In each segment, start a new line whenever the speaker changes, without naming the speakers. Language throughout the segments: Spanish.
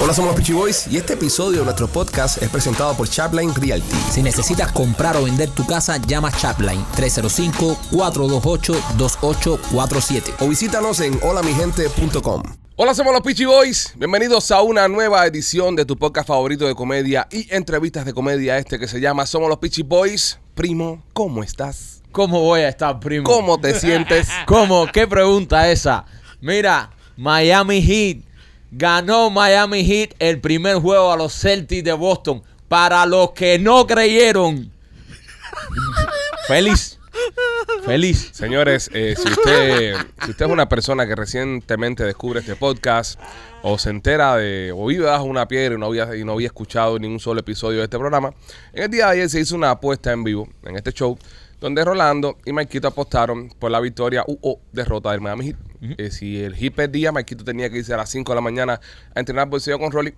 Hola, somos los Peachy Boys y este episodio de nuestro podcast es presentado por Chapline Realty.
Si necesitas comprar o vender tu casa, llama Chapline 305-428-2847.
O visítanos en holamigente.com.
Hola, somos los Peachy Boys. Bienvenidos a una nueva edición de tu podcast favorito de comedia y entrevistas de comedia este que se llama Somos los Peachy Boys. Primo, ¿cómo estás?
¿Cómo voy a estar, primo?
¿Cómo te sientes?
¿Cómo? ¿Qué pregunta esa? Mira, Miami Heat. Ganó Miami Heat el primer juego a los Celtics de Boston. Para los que no creyeron. Feliz. Feliz.
Señores, eh, si, usted, si usted es una persona que recientemente descubre este podcast o se entera de o vive bajo una piedra y no había, y no había escuchado ningún solo episodio de este programa, en el día de ayer se hizo una apuesta en vivo en este show donde Rolando y Marquito apostaron por la victoria u o derrota del Miami Heat. Eh, si el Heat perdía, Marquito tenía que irse a las 5 de la mañana a entrenar bolsillo con Rolly,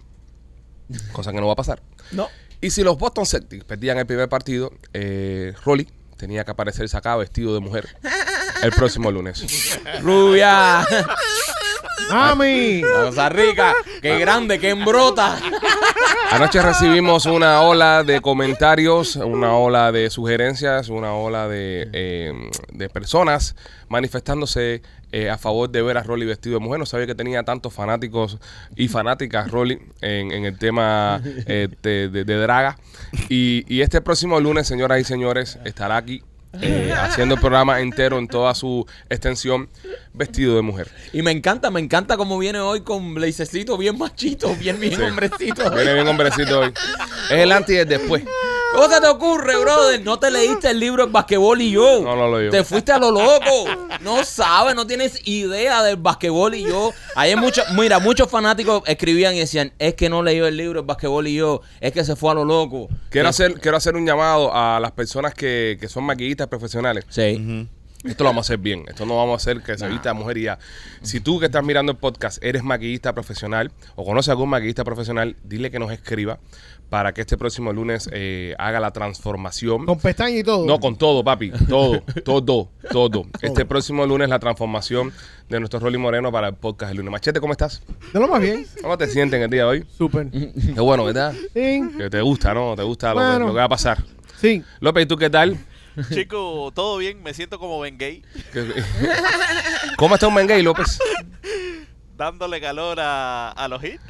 cosa que no va a pasar.
No.
Y si los Boston Celtics perdían el primer partido, eh, Rolly tenía que aparecer sacado vestido de mujer el próximo lunes.
Rubia.
¡Mami!
Cosa rica. Qué grande, qué embrota.
Anoche recibimos una ola de comentarios, una ola de sugerencias, una ola de, eh, de personas manifestándose eh, a favor de ver a Rolly vestido de mujer. No sabía que tenía tantos fanáticos y fanáticas Rolly en, en el tema eh, de, de- de draga. Y, y este próximo lunes, señoras y señores, estará aquí. eh, haciendo el programa entero en toda su extensión vestido de mujer.
Y me encanta, me encanta cómo viene hoy con blazecito bien machito, bien, bien
Sí.
hombrecito.
Viene bien hombrecito hoy. Es el antes y el después.
¿Cómo se te ocurre, brother? No te leíste el libro El basquetbol y yo.
No, no lo leí.
Te fuiste a lo loco. No sabes, no tienes idea del basquetbol y yo. Ahí hay mucho, mira, muchos fanáticos escribían y decían, es que no leyó el libro El basquetbol y yo, es que se fue a lo loco.
Quiero
Que-
hacer, quiero hacer un llamado a las personas que, que son maquillistas profesionales.
Sí.
Esto lo vamos a hacer bien. Esto no vamos a hacer que se vista de mujer y ya. Si tú que estás mirando el podcast eres maquillista profesional o conoces a algún maquillista profesional, dile que nos escriba para que este próximo lunes eh, haga la transformación.
Con pestaña y todo.
No, con todo, papi. Todo, todo, todo. Este próximo lunes la transformación de nuestro Rolly Moreno para el podcast el lunes. Machete, ¿cómo estás?
De lo más bien.
¿Cómo te sientes en el día de hoy?
Súper.
Qué bueno, ¿verdad?
Sí.
Que te gusta, ¿no? Te gusta lo que-
Bueno.
lo que va a pasar.
Sí.
López, ¿y tú qué tal?
Chico, todo bien, me siento como Ben Gay,
¿Qué- ¿Cómo está un Mengay, López?
dándole calor a, a los hits.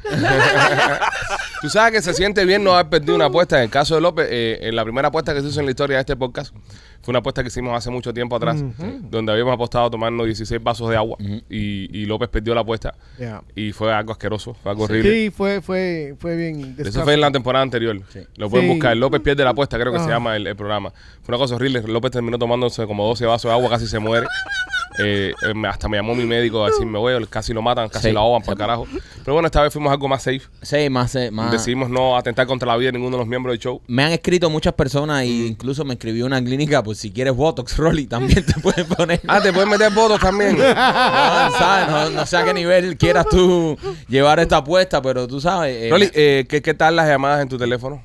Tú sabes que se siente bien no haber perdido una apuesta. En el caso de López, eh, en la primera apuesta que se hizo en la historia de este podcast, fue una apuesta que hicimos hace mucho tiempo atrás, donde habíamos apostado a tomarnos 16 vasos de agua y, y López perdió la apuesta.
Ya.
Y fue algo asqueroso, fue algo horrible.
Sí, fue, fue, fue bien.
Eso fue en la temporada anterior. Lo pueden
Sí.
buscar. López pierde la apuesta, creo que se
Ah.
llama el, el programa. Fue una cosa horrible. López terminó tomándose como 12 vasos de agua, casi se muere. Eh, eh, me- hasta me llamó mi médico a decirme, güey, casi lo matan, casi
Sí.
lo ahogan, por carajo. Pero bueno, esta vez fuimos algo más safe.
Sí, más, eh, más.
Decidimos no atentar contra la vida de ninguno de los miembros del show.
Me han escrito muchas personas y incluso me escribió una clínica, pues si quieres Botox, Rolly, también te puedes poner.
Ah, te pueden meter votos también.
No, ¿sabes? No, no sé a qué nivel quieras tú llevar esta apuesta, pero tú sabes. eh,
Rolly, eh, ¿qué, qué tal las llamadas en tu teléfono?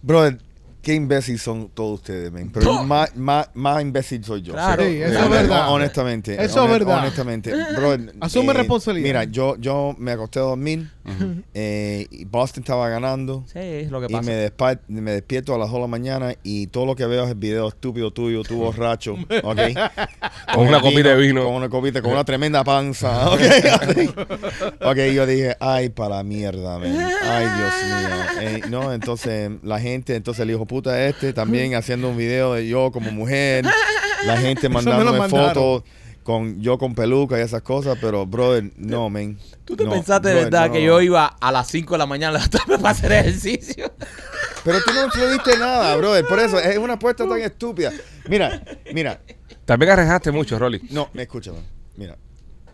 Brother, qué imbécil son todos ustedes, men. Pero más, más, más imbécil soy yo.
Claro.
Sí, eso
Hon-
es verdad.
Honestamente.
Eso es
hone-
verdad.
Honestamente. Brother, eh,
Asume responsabilidad.
Mira, yo, yo me acosté a dormir. eh, y Boston estaba ganando.
Sí, es lo que
Y
pasa.
me, despa- me despierto a las 2 de la mañana y todo lo que veo es el video estúpido tuyo, tú borracho, ¿ok?
Con una
el
copita de vino.
Con una copita, con una tremenda panza, ¿ok? ok, yo dije, ay, para la mierda, man. Ay, Dios mío. Eh, no, entonces la gente, entonces el hijo puta este también haciendo un video de yo como mujer, la gente
me lo
mandándome
mandaron.
fotos. Con, yo con peluca y esas cosas, pero brother, no, men.
¿Tú te
No,
pensaste de
brother,
verdad
no,
que
no,
yo
no.
iba a las 5 de la mañana a levantarme para hacer ejercicio?
Pero tú no influiste nada, brother. Por eso es una apuesta tan estúpida. Mira, mira.
También arriesgaste mucho, Rolly.
No, escúchame. Mira.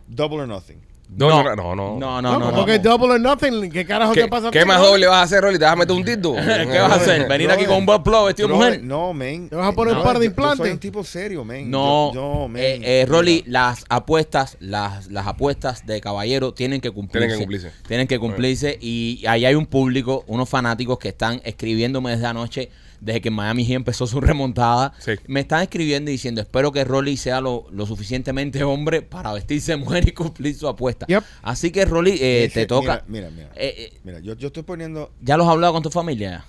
Double or nothing.
No, no, no. no.
No,
No,
no, no. no.
Porque double or nothing. ¿Qué carajo
¿Qué,
te pasa? a
qué
ti,
más
bro?
doble vas a hacer, Rolly? ¿Te vas a meter un tito?
¿Qué vas a hacer? ¿Venir aquí con un buen plow vestido de
Brother,
mujer?
No, men.
¿Te vas a poner un
No,
par de
yo- yo
implantes?
soy un tipo serio, men.
No,
Yo- yo, men.
eh, eh, Rolly,
Mira.
las apuestas, las, las apuestas de caballero tienen que cumplirse.
Tienen que cumplirse.
Tienen que cumplirse. Y ahí hay un público, unos fanáticos que están escribiéndome desde anoche desde que Miami Heat empezó su remontada.
Sí.
Me están escribiendo y diciendo, espero que Rolly sea lo, lo suficientemente hombre para vestirse de mujer y cumplir su apuesta.
Yep.
Así que Rolly, eh,
Ese-
te toca.
Mira, mira, mira.
Eh, eh,
Mira, yo, yo estoy poniendo,
¿Ya los has hablado con tu familia?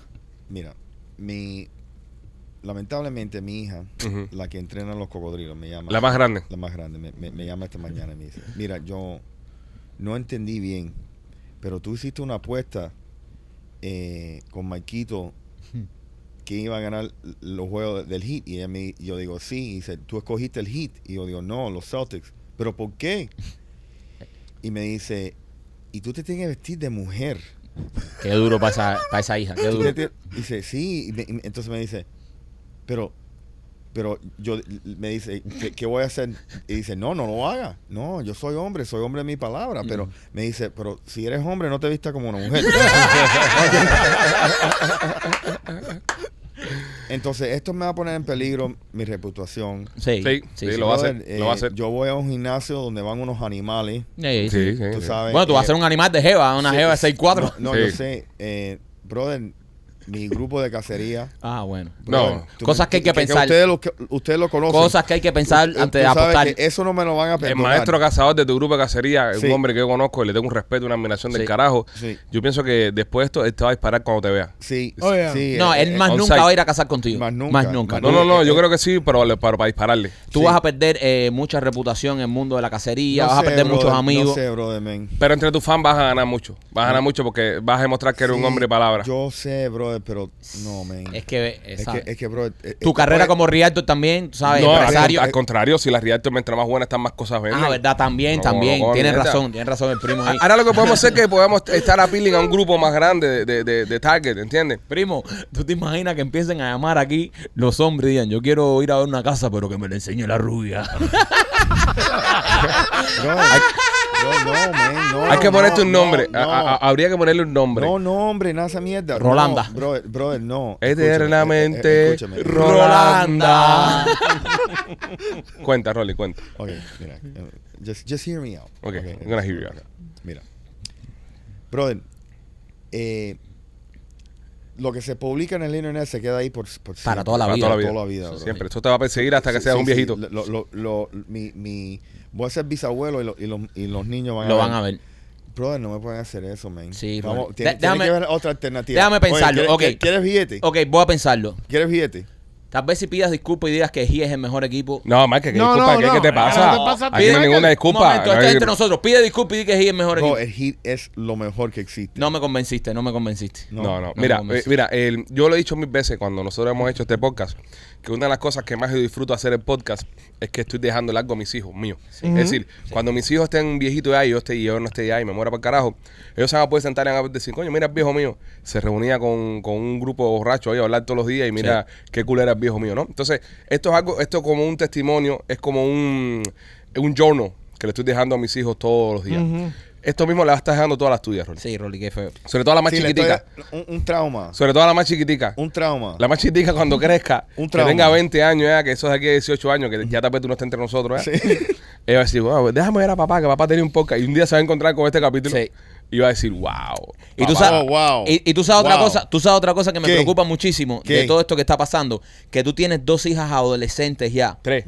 mira, mi, lamentablemente mi hija,
Ujú.
la que entrena a los cocodrilos, me llama.
La más grande.
La más grande, me, me- me llama esta mañana y me dice, mira, yo no entendí bien, pero tú hiciste una apuesta eh, con Maikito que iba a ganar los juegos del Heat. Y ella me, yo digo, sí, y dice, tú escogiste el Heat. Y yo digo, no, los Celtics. ¿Pero por qué? Y me dice, y tú te tienes que vestir de mujer.
Qué duro para esa, para esa hija, qué
Tú
duro.
te tienes- Dice, sí. Y me- y me- entonces me dice, pero, pero yo me dice, ¿qué, qué voy a hacer? Y dice, no, no lo haga. No, yo soy hombre, soy hombre de mi palabra. Pero me dice, pero si eres hombre, no te vistas como una mujer. entonces, esto me va a poner en peligro mi reputación.
Sí,
Sí, sí, lo va a hacer.
Brother,
lo va a
eh,
hacer.
Yo voy a un gimnasio donde van unos animales.
Sí, sí.
sí, sí.
Tú
sí.
sabes.
Bueno, tú vas a
eh,
ser un animal de jeva, una
Sí,
jeva de
sí.
6'4".
No, no,
Sí.
yo sé. Eh, brother, mi grupo de cacería.
Ah, bueno.
No.
brother, tú
Cosas
me-
que hay que pensar.
ustedes, lo, que ustedes lo conocen.
Cosas que hay que pensar
Tú-
antes
tú
de
sabes
apostar.
que Eso no me lo van a perdonar.
El maestro cazador de tu grupo de cacería,
Sí.
un hombre que yo conozco y le tengo un respeto, una admiración del
Sí.
carajo.
Sí.
Yo pienso que después de esto, él te va a disparar cuando te vea.
Sí,
Oh, yeah.
sí,
No,
eh,
él
eh,
más
on
nunca
site.
va a ir a casar contigo.
Más nunca,
Más nunca.
más
No, no, no,
eh,
yo
eh.
creo que sí, pero le- para, para dispararle.
Tú
Sí.
vas a perder eh, mucha reputación en el mundo de la cacería,
No
vas
sé,
a perder
brother,
muchos amigos.
No sé, brother, man.
Pero entre tus fans vas a ganar mucho. Vas a ganar mucho porque vas a demostrar que eres un
Ah. Sí,
hombre de palabra.
Yo sé, brother, pero no, man.
Es que, eh,
es que,
¿sabes?
es que, brother. eh,
tu
eh,
carrera
brother,
como realtor también, tú ¿sabes?
no, al,
Empresario.
al contrario, si la realidad mientras más buena están más cosas venden.
Ah, verdad, también,
No,
también.
no,
tienes
neta.
razón, tienes razón el primo
Ah,
ahí.
Ahora lo que podemos hacer es que podamos estar appealing a un grupo más grande de, de, de target, ¿entiendes?
Primo, ¿tú te imaginas que empiecen a llamar aquí los hombres y digan, yo quiero ir a ver una casa, pero que me la enseñe la rubia?
brother, No, no, man. No,
Hay que
no,
ponerte un
no,
nombre.
no.
A- a- habría que ponerle un nombre.
No, no, hombre, nada de esa mierda.
Rolanda.
No, brother, brother, no.
Eternamente.
Escúchame, eh, eh, escúchame.
Ro- Rolanda. Cuenta, Rolly, cuenta.
Ok, mira. eh, Just, just hear me out.
Ok, I'm gonna hear you out.
okay. Mira. Brother, eh, lo que se publica en el internet se queda ahí por, por siempre.
Para toda la
Para
vida.
toda la vida.
Toda la vida, bro.
Siempre. Esto te va a perseguir hasta que
Sí,
seas
sí,
un viejito.
sí, lo- lo- lo- mi, mi, voy a ser bisabuelo y, lo- y, los, y los niños van
Lo
a
van a ver.
Brother, no me pueden hacer eso, man.
Sí,
Vamos,
brother.
tiene,
De-
tiene
déjame-
que haber otra alternativa.
déjame pensarlo,
¿quieres-
ok.
¿Quieres, quieres billete?
Ok, voy a pensarlo.
¿Quieres billete?
Tal vez si pidas disculpas y digas que G es el mejor equipo.
No, Mike, ¿qué
No,
disculpa?
no,
¿Qué,
no.
qué te
No
pasa?
te pasa a
Aquí
ti,
no hay
Michael.
ninguna
Un
disculpa.
momento,
No eh,
esto
hay-
es entre nosotros. Pide disculpas y di que G es el mejor
Bro,
equipo.
el hit es lo mejor que existe.
No me convenciste, no me convenciste.
No,
No,
no.
no
mira,
me
eh, mira, el- yo lo he dicho mil veces cuando nosotros hemos hecho este podcast, que una de las cosas que más yo disfruto hacer el podcast es que estoy dejando largo a mis hijos míos. Es decir, cuando mis hijos estén viejitos ya y yo esté y yo no esté ya y me muera para carajo, ellos se van a poder sentar y van a decir, coño, mira el viejo mío. Se reunía con, con un grupo borracho ahí a hablar todos los días y mira qué cool era el viejo mío, ¿no? Entonces, esto es algo, esto como un testimonio, es como un, un journal que le estoy dejando a mis hijos todos los días. Esto mismo le vas a estar dejando todas las tuyas, Rolly.
Sí, Rolly, qué feo.
Sobre todo a la más
Sí, le
chiquitica.
estoy- un, un trauma.
Sobre todo a la más chiquitica.
Un trauma.
La más chiquitica cuando crezca,
Un
que
trauma.
tenga 20 años, ya, que eso es de aquí a 18 años, que ya tal vez tú no estés entre nosotros. ya. Ella va a decir, wow, déjame ver a papá, que papá tenía un podcast. Y un día se va a encontrar con este capítulo.
Sí.
Y va a decir, wow.
Y tú,
papá".
sabes,
Oh, wow.
y, y tú sabes otra
Wow.
cosa, tú sabes otra cosa que me
¿Qué?
preocupa muchísimo de
¿Qué?
todo esto que está pasando, que tú tienes dos hijas adolescentes ya,
Tres.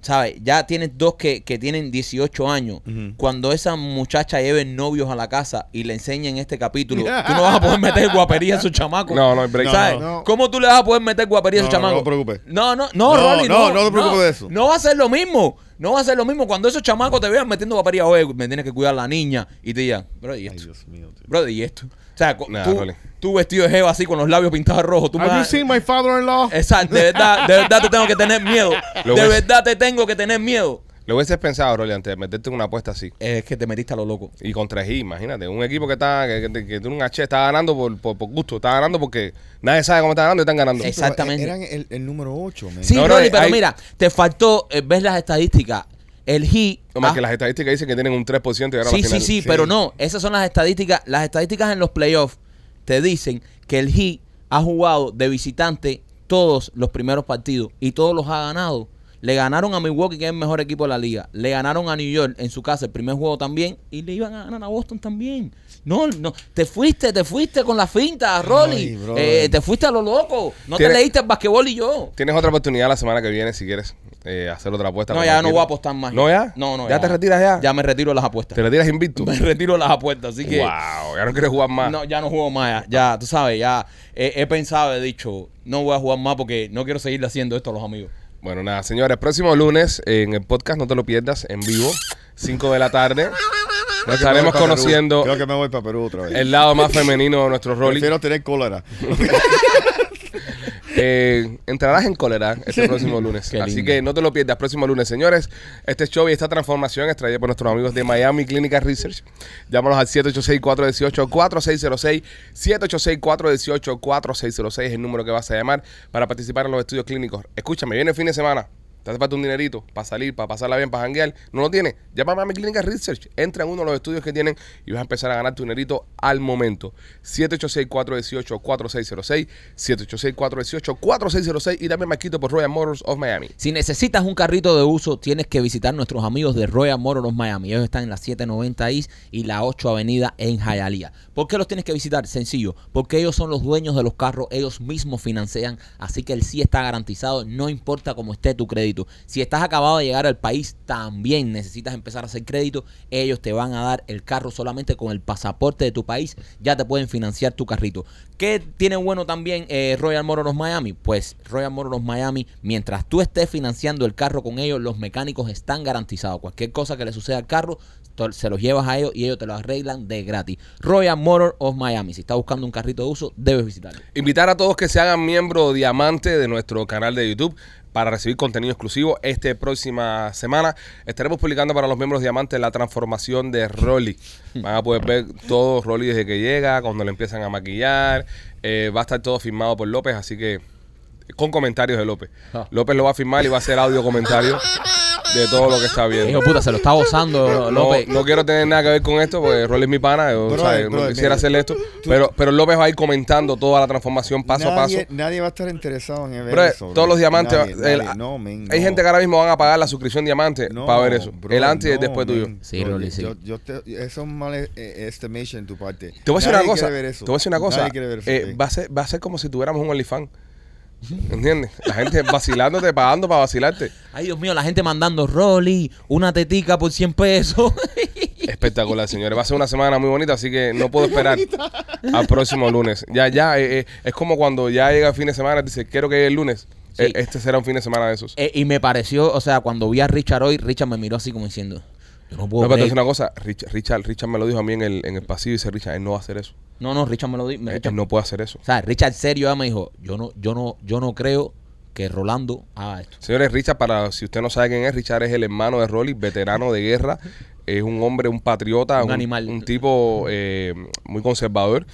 ¿sabes? Ya tienes dos que, que tienen 18 años. Cuando esas muchachas lleven novios a la casa y le enseñen este capítulo, tú no vas a poder meter guapería a su chamaco.
No, no, hay break.
¿Sabes?
no.
¿Cómo tú le vas a poder meter guapería a
No,
su chamaco?
no te preocupes.
No, no, no,
No,
Rolly, no,
no, no te preocupes de eso.
No va a ser lo mismo. No va a ser lo mismo cuando esos chamacos te vean metiendo guapería. Oye, me tienes que cuidar la niña. Y te digan, bro, ¿y
Ay,
esto?
Dios mío, tío.
Brother, ¿y esto? O sea, co-
Nah,
tú,
Rolly.
tú vestido de jeva así con los labios pintados de rojo. Tú me
Have you
vas-
seen my father-in-law?
Eh,
Exacto, de verdad, de verdad te tengo que tener miedo.
Lo
de
ves.
verdad te tengo que tener miedo.
Lo hubieses pensado, Rolly, antes de meterte en una apuesta así.
Es que te metiste a lo loco.
Y contra G, imagínate. Un equipo que está, que, que, que tiene un H, está ganando por, por, por gusto. Está ganando porque nadie sabe cómo está ganando y están ganando.
Sí. Exactamente.
Eran el, el número 8, man.
Sí,
No,
Rolly,
brother,
pero
hay-
mira, te faltó, eh, ves las estadísticas. El HI.
No más que las estadísticas dicen que tienen un 3% de ganar
Sí,
la
sí,
final.
sí,
Sí.
pero no, esas son las estadísticas. Las estadísticas en los playoffs te dicen que el Heat ha jugado de visitante todos los primeros partidos y todos los ha ganado.
Le ganaron a Milwaukee, que es el mejor equipo de la liga. Le ganaron a New York en su casa el primer juego también. Y le iban a ganar a Boston también. No, no. Te fuiste, te fuiste con la finta, Rolly.
brother.
Eh, te fuiste a lo loco. No te
Tiene-
leíste el basquetbol y yo.
Tienes otra oportunidad la semana que viene si quieres eh, hacer otra apuesta.
No,
con
ya
Marquito.
no voy a apostar más.
¿No ya?
No, no.
¿Ya te retiras ya?
Ya me retiro las apuestas.
¿Te retiras invicto?
Me retiro las apuestas, así que...
Wow, ya no quieres jugar más.
No, ya no juego más. Ya, ya, tú sabes, ya he, he pensado, he dicho, no voy a jugar más porque no quiero seguirle haciendo esto a los amigos.
Bueno, nada, señores, próximo lunes en el podcast, no te lo pierdas, en vivo, 5 de la tarde.
Creo que me voy
Estaremos
pa' Perú.
conociendo
Creo que me voy para Perú otra vez.
el lado más femenino de nuestro Rolly.
Prefiero tener cólera.
Eh, entrarás en cólera este próximo lunes.
Qué
Así
lindo.
que Eh, no te lo pierdas. Próximo lunes, señores. Este show y esta transformación es traída por nuestros amigos de Miami Clinical Research. Llámanos al 786-418-4606. 786-418-4606 es el número que vas a llamar para participar en los estudios clínicos. Escúchame, viene el fin de semana. Te hace falta un dinerito para salir, para pasarla bien, para janguear. No lo tienes. Llama a Miami Clinical Research. Entra en uno de los estudios que tienen y vas a empezar a ganar tu dinerito al momento. 786-418-4606. 786-418-4606. Y dame maquito por Royal Motors of Miami.
Si necesitas un carrito de uso, tienes que visitar nuestros amigos de Royal Motors of Miami. Ellos están en la 790 East y la 8 Avenida en Hialeah. ¿Por qué los tienes que visitar? Sencillo, porque ellos son los dueños de los carros, ellos mismos financian, así que el sí está garantizado, no importa cómo esté tu crédito. Si estás acabado de llegar al país, también necesitas empezar a hacer crédito, ellos te van a dar el carro solamente con el pasaporte de tu país, ya te pueden financiar tu carrito. ¿Qué tiene bueno también eh, Royal Motors Miami? Pues Royal Motors Miami, mientras tú estés financiando el carro con ellos, los mecánicos están garantizados. Cualquier cosa que le suceda al carro, to- se los llevas a ellos y ellos te lo arreglan de gratis. Royal Motors of Miami, si estás buscando un carrito de uso, debes visitarlo.
Invitar a todos que se hagan miembro diamante de nuestro canal de YouTube para recibir contenido exclusivo. Esta próxima semana estaremos publicando para los miembros diamantes la transformación de Rolly. Van a poder ver todo Rolly desde que llega, cuando le empiezan a maquillar. Eh, va a estar todo firmado por López, así que con comentarios de López.
Ah.
López lo va a firmar y va a hacer audio comentario de todo lo que está viendo.
Hijo puta, se lo está gozando
No, pues,
López.
no quiero tener nada que ver con esto porque Rolly es mi pana. Yo,
Brother,
¿sabes? no
brother,
quisiera
mira,
hacerle esto. Pero, pero López va a ir comentando toda la transformación paso
nadie,
a paso.
Nadie va a estar interesado en ver
Bro,
eso. bro.
todos los diamantes.
Nadie,
el-
nadie. No, men,
Hay
no.
gente que ahora mismo van a pagar la suscripción diamante
No,
para ver eso.
bro,
el antes y el
no,
después tuyo.
men.
Sí,
Bro,
Rolly, sí.
Yo, yo te, eso es un mal eh, estimation de tu parte.
Te voy a decir
Nadie
una cosa.
quiere ver
Te
eso.
voy a decir una cosa.
Nadie quiere ver eso.
eh,
sí.
va, a ser, va a ser como si tuviéramos un OnlyFans. ¿Entiendes? La gente vacilándote, pagando para vacilarte.
Ay, Dios mío, la gente mandando Rolly, una tetica por 100 pesos.
Espectacular, señores. Va a ser una semana muy bonita, así que no puedo esperar al próximo lunes. Ya, ya. eh, eh, es como cuando ya llega el fin de semana, dice, quiero que llegue el lunes.
Sí.
Eh, este será un fin de semana de esos.
Eh, y me pareció, o sea, cuando vi a Richard hoy, Richard me miró así como diciendo, yo no puedo
No, pero te voy a
creer-
decir una cosa, Rich- Richard, Richard me lo dijo a mí en el, en el pasillo y dice, Richard, él no va a hacer eso.
No, no, Richard me lo dijo.
Él- él Eh, no puede hacer eso.
O sea, Richard serio ya me dijo, yo no, yo no, yo no creo que Rolando haga esto.
Señores, Richard, para si usted no sabe quién es, Richard es el hermano de Rolly, veterano de guerra. Es un hombre, un patriota,
Un animal.
un tipo eh, muy conservador.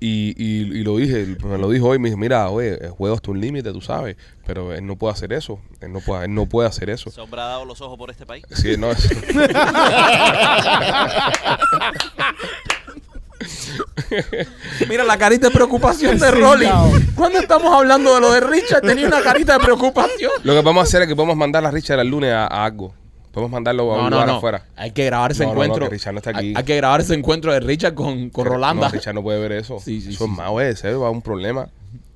Y, y- y lo dije, me lo dijo hoy, me dijo, mira, oye, el juego hasta un límite, tú sabes, pero él no puede hacer eso, él no puede, él no puede hacer eso.
Se habrá dado los ojos por este país.
Sí, no es-
Mira la carita de preocupación de Rolly. Cuando estamos hablando de lo de Richard, tenía una carita de preocupación.
Lo que vamos a hacer es que podemos mandar a Richard el lunes a, a algo. Podemos mandarlo a un
No, no,
lugar
no.
afuera.
Hay que grabar ese
No, no, no,
encuentro.
que Richard no está aquí.
Hay, hay que grabar ese encuentro de Richard con, con
Pero,
Rolanda.
No, Richard no puede ver eso.
Sí, sí,
eso es
sí,
malo, eh, serio, va a un problema.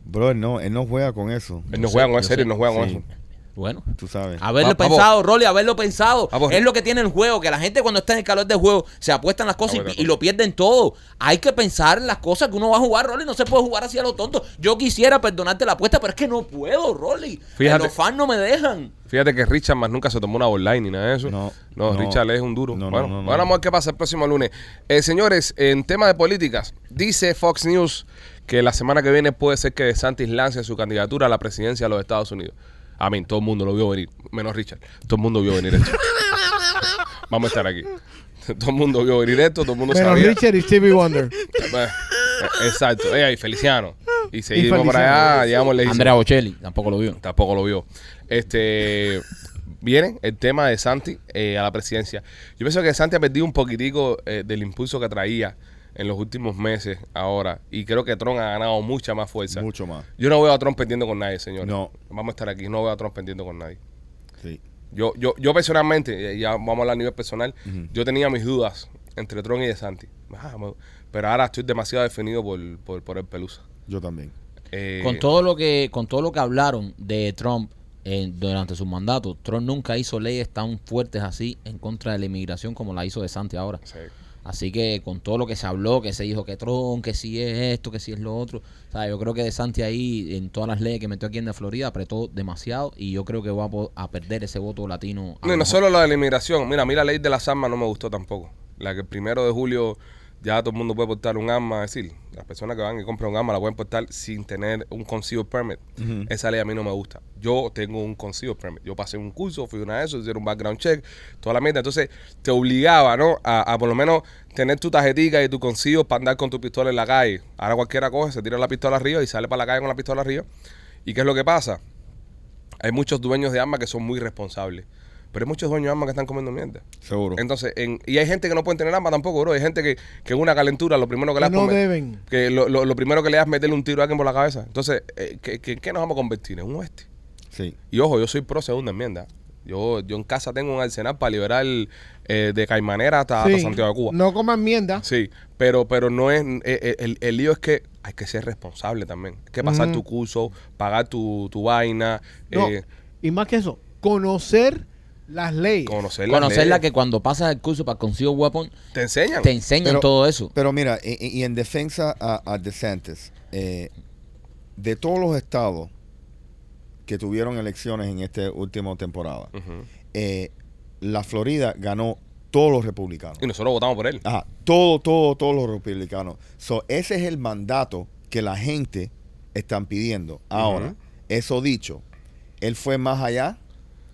Bro, él no, él no juega con eso.
Él no
sé,
juega con
yo
eso, serio,
sé.
no juega con
Sí.
eso.
Bueno.
Tú sabes.
Haberlo
Va- vamos.
pensado, Rolly, haberlo pensado.
Vamos.
Es lo que tiene el juego, que la gente cuando está en el calor del juego se apuestan las cosas
Vamos, de
y, y
acuerdo.
lo pierden todo. Hay que pensar en las cosas que uno va a jugar, Rolly. No se puede jugar así a lo tonto. Yo quisiera perdonarte la apuesta, pero es que no puedo, Rolly. Eh,
Fíjate.
Los fans no me dejan.
Fíjate que Richard más nunca se tomó una online ni nada de eso. No,
No, no.
Richard es un duro.
No, no,
bueno,
no, no.
ahora vamos a ver qué pasa el próximo lunes. Eh, señores, en tema de políticas, dice Fox News que la semana que viene puede ser que DeSantis lance su candidatura a la presidencia de los Estados Unidos. A mí, todo el mundo lo vio venir, menos Richard. Todo el mundo vio venir esto. vamos a estar aquí. Todo el mundo vio venir esto, todo el mundo
Pero
pues sabía.
Richard y Stevie Wonder.
Eh, Exacto. Ey, y Feliciano. Y seguimos
Feliciano.
por allá, llegamos lejísimos.
Andrea Bocelli, tampoco lo vio.
Tampoco lo vio. Este viene el tema de Santi eh, a la presidencia. Yo pienso que Santi ha perdido un poquitico eh, del impulso que traía en los últimos meses ahora. Y creo que Tron ha ganado mucha más fuerza.
Mucho más.
Yo no veo a Tron perdiendo con nadie, señor.
No.
Vamos a estar aquí. No veo a Tron perdiendo con nadie.
Sí.
Yo, yo, yo personalmente, eh, ya vamos a hablar a nivel personal, yo tenía mis dudas entre Tron y De Santi. Ah, me- pero ahora estoy demasiado definido por, por, por el Pelusa.
Yo también.
Eh,
Con todo lo que, con todo lo que hablaron de Trump eh, durante su mandato, Trump nunca hizo leyes tan fuertes así en contra de la inmigración como la hizo de Santi ahora.
sí.
Así que con todo lo que se habló, que se dijo que Trump, que si es esto, que si es lo otro, o sea, yo creo que De Santi ahí, en todas las leyes que metió aquí en la Florida, apretó demasiado y yo creo que va a, po- a perder ese voto latino. a
No, y
lo
no
mejor.
solo lo de la inmigración. Mira, a mí la ley de las armas no me gustó tampoco. La que el primero de julio ya todo el mundo puede portar un arma. Es decir, las personas que van y compran un arma la pueden portar sin tener un concealed permit. Esa ley a mí no me gusta. Yo tengo un concealed permit. Yo pasé un curso, fui una de esos, hicieron un background check, toda la mierda. Entonces te obligaba, ¿no? A, a por lo menos tener tu tarjetica y tu concealed para andar con tu pistola en la calle. Ahora cualquiera coge, se tira la pistola arriba y sale para la calle con la pistola arriba. ¿Y qué es lo que pasa? Hay muchos dueños de armas que son muy responsables. Pero hay muchos dueños de armas que están comiendo mierda.
Seguro.
Entonces, en- y hay gente que no puede tener armas tampoco, bro. Hay gente que, que en una calentura lo primero que, le das
Que no
por me-
deben.
Que lo, lo- lo primero que le das es meterle un tiro a alguien por la cabeza. Entonces, eh, ¿qué, qué, qué nos vamos a convertir? En un oeste.
sí.
Y ojo, yo soy pro segunda enmienda. Yo, yo en casa tengo un arsenal para liberar eh, de Caimanera hasta, hasta
Sí.
Santiago de Cuba.
No coman mierda.
Sí, pero, pero no es. eh, eh, El, el lío es que hay que ser responsable también. Hay que pasar
Ujú.
tu curso, pagar tu, tu vaina,
No,
eh,
y más que eso, conocer las leyes.
conocer la
Conocerla que cuando pasas el curso para Consigo Weapon,
Te enseñan.
te enseñan
Pero-
todo eso.
Pero mira, y, y- y en defensa a, a DeSantis, eh, de todos los estados que tuvieron elecciones en esta última temporada,
Ujú.
eh, la Florida ganó todos los republicanos.
Y nosotros votamos por él.
Ajá, todo, todo, todos los republicanos. So, ese es el mandato que la gente están pidiendo. Ahora,
Ujú.
eso dicho, él fue más allá,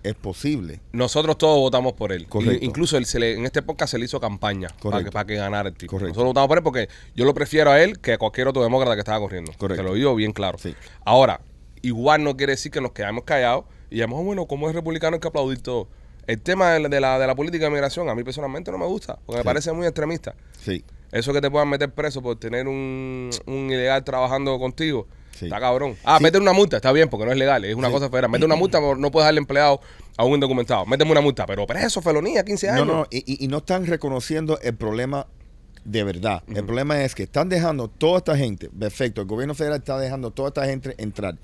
es posible.
Nosotros todos votamos por él.
Correcto.
Y- Incluso él se le- en este podcast se le hizo campaña para
Correcto.
que, para que ganara el tipo.
Correcto.
Nosotros votamos por él porque yo lo prefiero a él que a cualquier otro demócrata que estaba corriendo.
Correcto.
Te lo digo bien claro.
Sí.
Ahora, igual no quiere decir que nos quedamos callados y digamos, "Oh, bueno, como es republicano hay que aplaudir todo. El tema de la, de la, de la política de migración a mí personalmente no me gusta porque me
Sí.
parece muy extremista.
Sí,
Eso que te puedan meter preso por tener un, un ilegal trabajando contigo.
Sí.
Está cabrón. Ah,
Sí.
mete una multa, está bien, porque no es legal, es una
Sí.
cosa federal. Mete una multa, pero no puedes darle empleado a un indocumentado. Méteme una multa, pero preso, felonía, 15
No,
años.
no, y, y- y no están reconociendo el problema de verdad. El problema es que están dejando toda esta gente, perfecto, el gobierno federal está dejando toda esta gente entrar.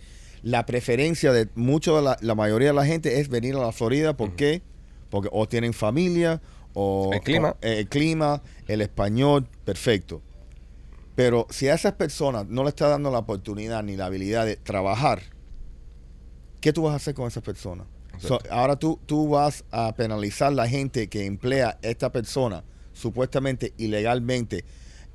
La preferencia de mucho de la, la mayoría de la gente es venir a la Florida, ¿por qué? Porque o tienen familia, o
El clima.
o, eh, el clima, el español, perfecto. Pero si a esas personas no le está dando la oportunidad ni la habilidad de trabajar, ¿qué tú vas a hacer con esas personas? So, ahora tú, tú vas a penalizar la gente que emplea esta persona supuestamente ilegalmente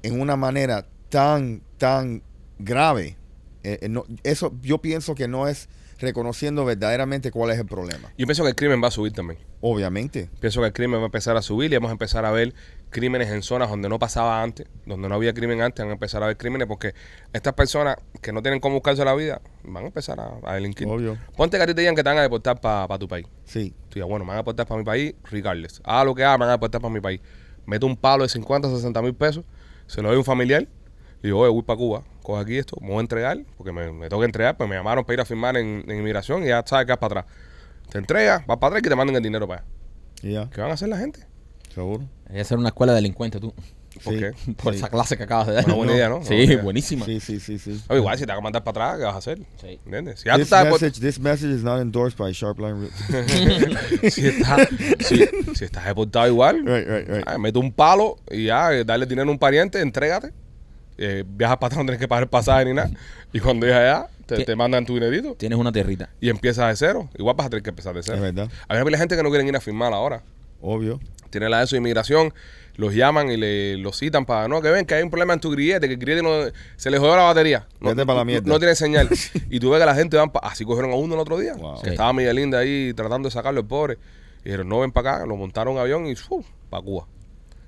en una manera tan, tan grave. Eh, eh, no- eso yo pienso que no es reconociendo verdaderamente cuál es el problema.
Yo pienso que el crimen va a subir también.
Obviamente.
Pienso que el crimen va a empezar a subir y vamos a empezar a ver crímenes en zonas donde no pasaba antes, donde no había crimen antes, van a empezar a ver crímenes porque estas personas que no tienen cómo buscarse la vida van a empezar a, a delinquir.
Obvio.
Ponte que a ti te digan que te van a deportar para tu país.
Sí,
Tú digas, bueno, me van a aportar para mi país, regardless. Haga lo que haga, me van a aportar para mi país. Meto un palo de 50, 60 mil pesos, se lo doy a un familiar, le digo, oye, voy para Cuba, coge aquí esto, me voy a entregar, porque me, me tengo que entregar, pues me llamaron para ir a firmar en, en inmigración y ya sabes que vas para atrás. Te entregas, vas para atrás y que te manden el dinero para allá.
ya,
¿Qué van a hacer la gente?
seguro.
Hay que hacer una escuela de delincuente tú,
¿Por
Sí,
qué?
por
sí.
esa clase que acabas de dar.
Una buena idea, ¿no?
Sí,
Una buena idea.
buenísima.
Sí, sí, sí, sí.
No, Ah, igual, si te van a mandar para atrás, ¿qué vas a hacer?
Sí.
¿Entiendes? Si ya tú pues,
this,
estás-
message, this message is not endorsed by Sharpline. Re-
si, estás- si, si estás deportado igual,
Right, right, right.
ah, mete un palo y ya, eh, dale dinero a un pariente, entrégate. Eh, viajas para atrás, no tienes que pagar el pasaje ni nada. Y cuando llegas allá, te,
¿Qué?
te mandan tu dinerito
Tienes una tierrita.
y empiezas de cero. Igual vas a tener que empezar de cero.
Es verdad.
A ver, hay gente que no quieren ir a firmar ahora.
Obvio.
Tienen la de su inmigración, los llaman y le, los citan para no que ven que hay un problema en tu grillete, que el grillete no, se le jodió la batería. No,
Vete pa' la
no-
mierda.
no tiene señal. y tú ves que la gente van pa- así cogieron a uno el otro día.
Wow.
Que
Sí.
estaba Miguel Linda ahí tratando de sacarlo el pobre. Y dijeron, no ven para acá, lo montaron en avión y para Cuba.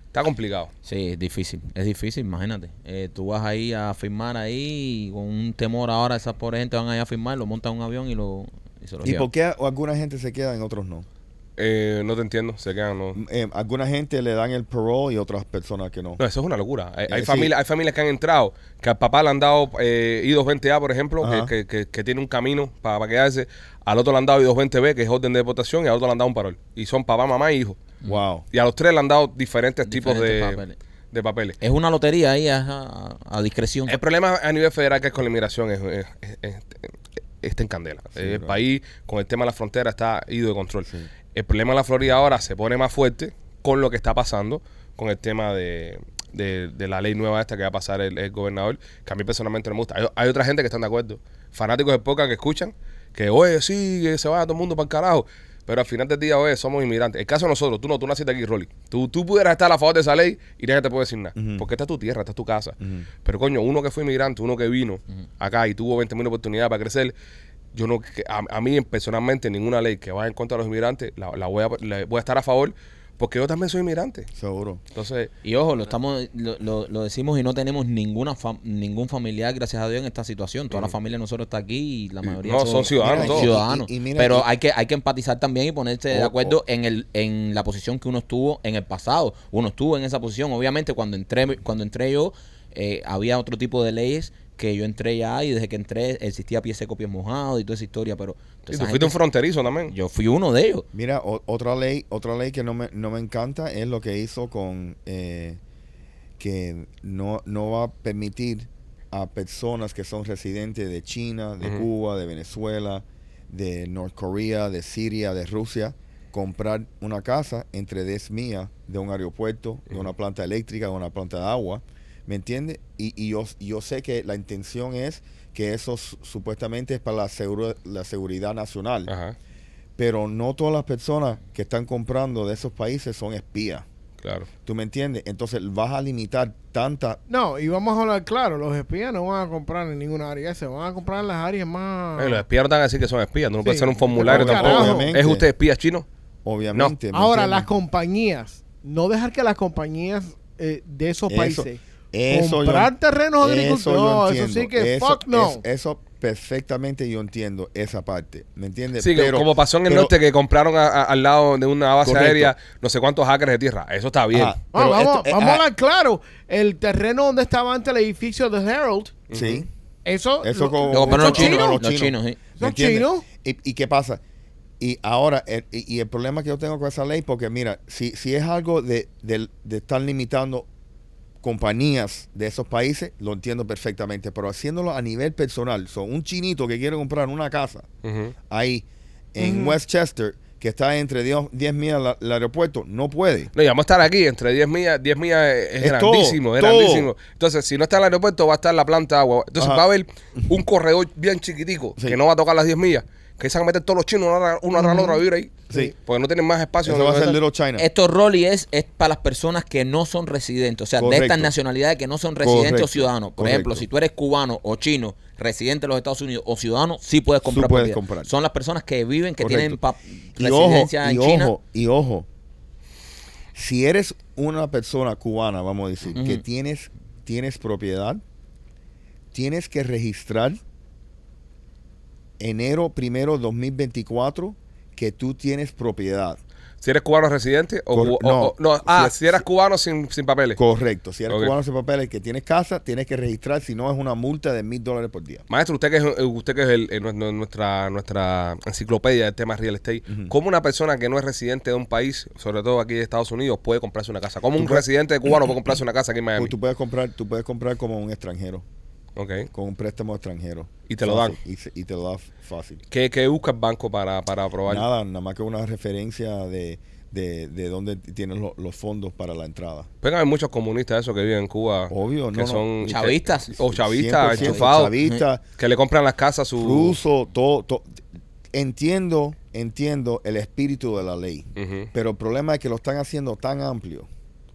Está complicado.
Sí, es difícil, es difícil, imagínate. Eh, tú vas ahí a firmar ahí y con un temor ahora, esas
Oh,
pobres gente van allá a firmar, lo montan en un avión y lo y se lo
¿Y
llevan.
por qué alguna gente se queda y otros no?
Eh, no te entiendo, se quedan. No,
Eh, alguna gente le dan el parole y otras personas que no.
No, eso es una locura. Hay, hay
Eh, sí.
familias, hay familias que han entrado, que al papá le han dado eh, I220A, por ejemplo,
Ajá.
que, que- que- que tiene un camino para, quedarse. Al otro le han dado I220B, que es orden de deportación, y al otro le han dado un parol. Y son papá, mamá y hijo.
Wow.
Y a los tres le han dado diferentes, tipos de
Diferentes
papeles.
papeles.
de papeles.
Es una lotería ahí ajá, a, a discreción.
El problema a nivel federal que es con la inmigración es, es- es- es- está en candela. el
bro.
país con el tema de la frontera está ido de control. El problema en la Florida ahora se pone más fuerte con lo que está pasando con el tema de, de- de la ley nueva esta que va a pasar el, el gobernador, que a mí personalmente no me gusta. Hay, hay otra gente que están de acuerdo. Fanáticos de poca que escuchan que, oye, sí, que se vaya todo el mundo para el carajo. Pero al final del día, oye, somos inmigrantes. El caso de nosotros, tú no, tú naciste aquí, Rolly. Tú, tú pudieras estar a favor de esa ley y nadie te puede decir nada. Porque esta es tu tierra, esta es tu casa. Pero coño, uno que fue inmigrante, uno que vino acá y tuvo 20 mil oportunidades para crecer, yo no, que- a, a mí personalmente ninguna ley que vaya en contra de los inmigrantes, la, la voy, a, la voy a estar a favor porque yo también soy inmigrante.
Seguro.
Entonces,
Y ojo, lo estamos lo, lo- lo decimos y no tenemos ninguna fam- ningún familiar, gracias a Dios, en esta situación. Toda la familia de nosotros está aquí y la mayoría
no, son ciudadanos
Mira, y-
todos.
ciudadanos.
y- y mira,
Pero
y-
hay que hay que empatizar también y ponerse de
Oh,
acuerdo
oh.
en el en la posición que uno estuvo en el pasado. Uno estuvo en esa posición. Obviamente cuando entré cuando entré yo eh, había otro tipo de leyes que yo entré ya y desde que entré existía pie seco, pie mojado y toda esa historia. Pero
y
entonces,
tú
la
fuiste un
gente-
fronterizo también.
yo fui uno de ellos.
Mira, o- otra ley, otra ley que no me, no me encanta es lo que hizo con eh, que no, no va a permitir a personas que son residentes de China, de
Ujú.
Cuba, de Venezuela, de North Korea, de Siria, de Rusia, comprar una casa entre 10 millas de un aeropuerto, de una planta eléctrica, de una planta de agua. ¿Me entiendes? Y, y yo, yo sé que la intención es que eso su- supuestamente es para la, seguro- la seguridad nacional
Ajá,
pero no todas las personas que están comprando de esos países son espías.
claro.
¿Tú me entiendes? Entonces vas a limitar tanta...
No, y vamos a hablar claro, los espías no van a comprar en ninguna área, se van a comprar en las áreas
Ah.
más...
Eh, los espías no están así que son espías, no
Sí.
puede ser un formulario
Pero,
tampoco.
carajo.
¿Es usted espía chino?
Obviamente. ¿me
Ahora, las
entiendes?
compañías, no dejar que las compañías eh, de esos
Eso-
países
eso yo-
comprar terrenos
Eso
agrícolas,
yo
no, eso
entiendo.
sí que
Eso-
fuck no.
es- eso perfectamente yo entiendo esa parte. ¿Me entiendes?
Sí, que
Pero-
como pasó en el
pero-
norte que compraron a- a- al lado de una base
Correcto.
aérea no sé cuántos acres de tierra. Eso está bien.
Ajá,
Ah,
pero
vamos
esto- eh,
vamos a
ah,
hablar claro, el terreno donde estaba antes el edificio de Herald,
Sí.
eso...
Eso
lo-
con,
Lo compraron
con-
los chinos,
con
los chinos, sí.
¿Me
Los
entiendes?
chinos.
¿Y, y qué pasa? Y ahora, el- y, y el problema que yo tengo con esa ley, porque mira, si, si es algo de, de, de estar limitando compañías de esos países, lo entiendo perfectamente, pero haciéndolo a nivel personal, son un chinito que quiere comprar una casa
Ujú.
ahí en Westchester, que está entre 10 10 millas la- el aeropuerto, no puede.
No, y vamos a estar aquí entre 10 millas. 10 millas es, es
Es
grandísimo,
todo,
es
todo.
grandísimo. Entonces, si no está el aeropuerto, va a estar la planta de agua. Entonces,
Ajá.
va a haber un corredor bien chiquitico
Sí.
que no va a tocar las 10 millas. Que se van a meter todos los chinos uno atrás- uno atrás del otro a vivir ahí.
Sí.
Porque no tienen más espacio.
Eso
donde
va a ser
meter.
Little China.
Estos Rolly es, es para las personas que no son residentes, o sea,
Correcto.
de estas nacionalidades que no son residentes
Correcto.
o ciudadanos. Por
Correcto.
ejemplo, si tú eres cubano o chino, residente de los Estados Unidos o ciudadano, sí puedes comprar.
puedes
propiedad.
comprar.
Son las personas que viven, que
Correcto.
tienen pa-
y ojo,
residencia
y
en China.
ojo, y ojo. Si eres una persona cubana, vamos a decir, que
Ujú.
tienes, tienes propiedad, tienes que registrar enero primero 2024 que tú tienes propiedad.
Si eres cubano residente o,
Cor-
o-
no.
o- no. Ah,
Si-
si eres cubano sin, sin papeles.
Correcto. Si eres
Ok.
cubano sin papeles que tienes casa, tienes que registrar, si no es una multa de mil dólares por día.
Maestro, usted que es, eh, usted que es el- el- nuestro- nuestra, nuestra enciclopedia del tema real estate, ¿cómo una persona que no es residente de un país, sobre todo aquí de Estados Unidos, puede comprarse una casa? ¿Cómo un residente cubano puede comprarse una casa aquí en Miami?
Pues Tú- Tú puedes comprar, tú puedes comprar como un extranjero,
Ok.
con un préstamo extranjero.
Y te lo dan.
Fácil, Y, se- y te lo dan fácil.
¿Qué, qué busca el banco para, para aprobar?
Nada, nada más que una referencia de, de, de dónde tienen lo- los fondos para la entrada.
Pegan Pues, hay muchos comunistas esos que viven en Cuba.
Obvio,
que
Oh, no, no.
son
Chavistas.
o chavistas,
100%
enchufados.
Chavista,
Que le compran las casas a su.
ruso, todo, todo. Entiendo, entiendo el espíritu de la ley,
Ujú.
pero el problema es que lo están haciendo tan amplio.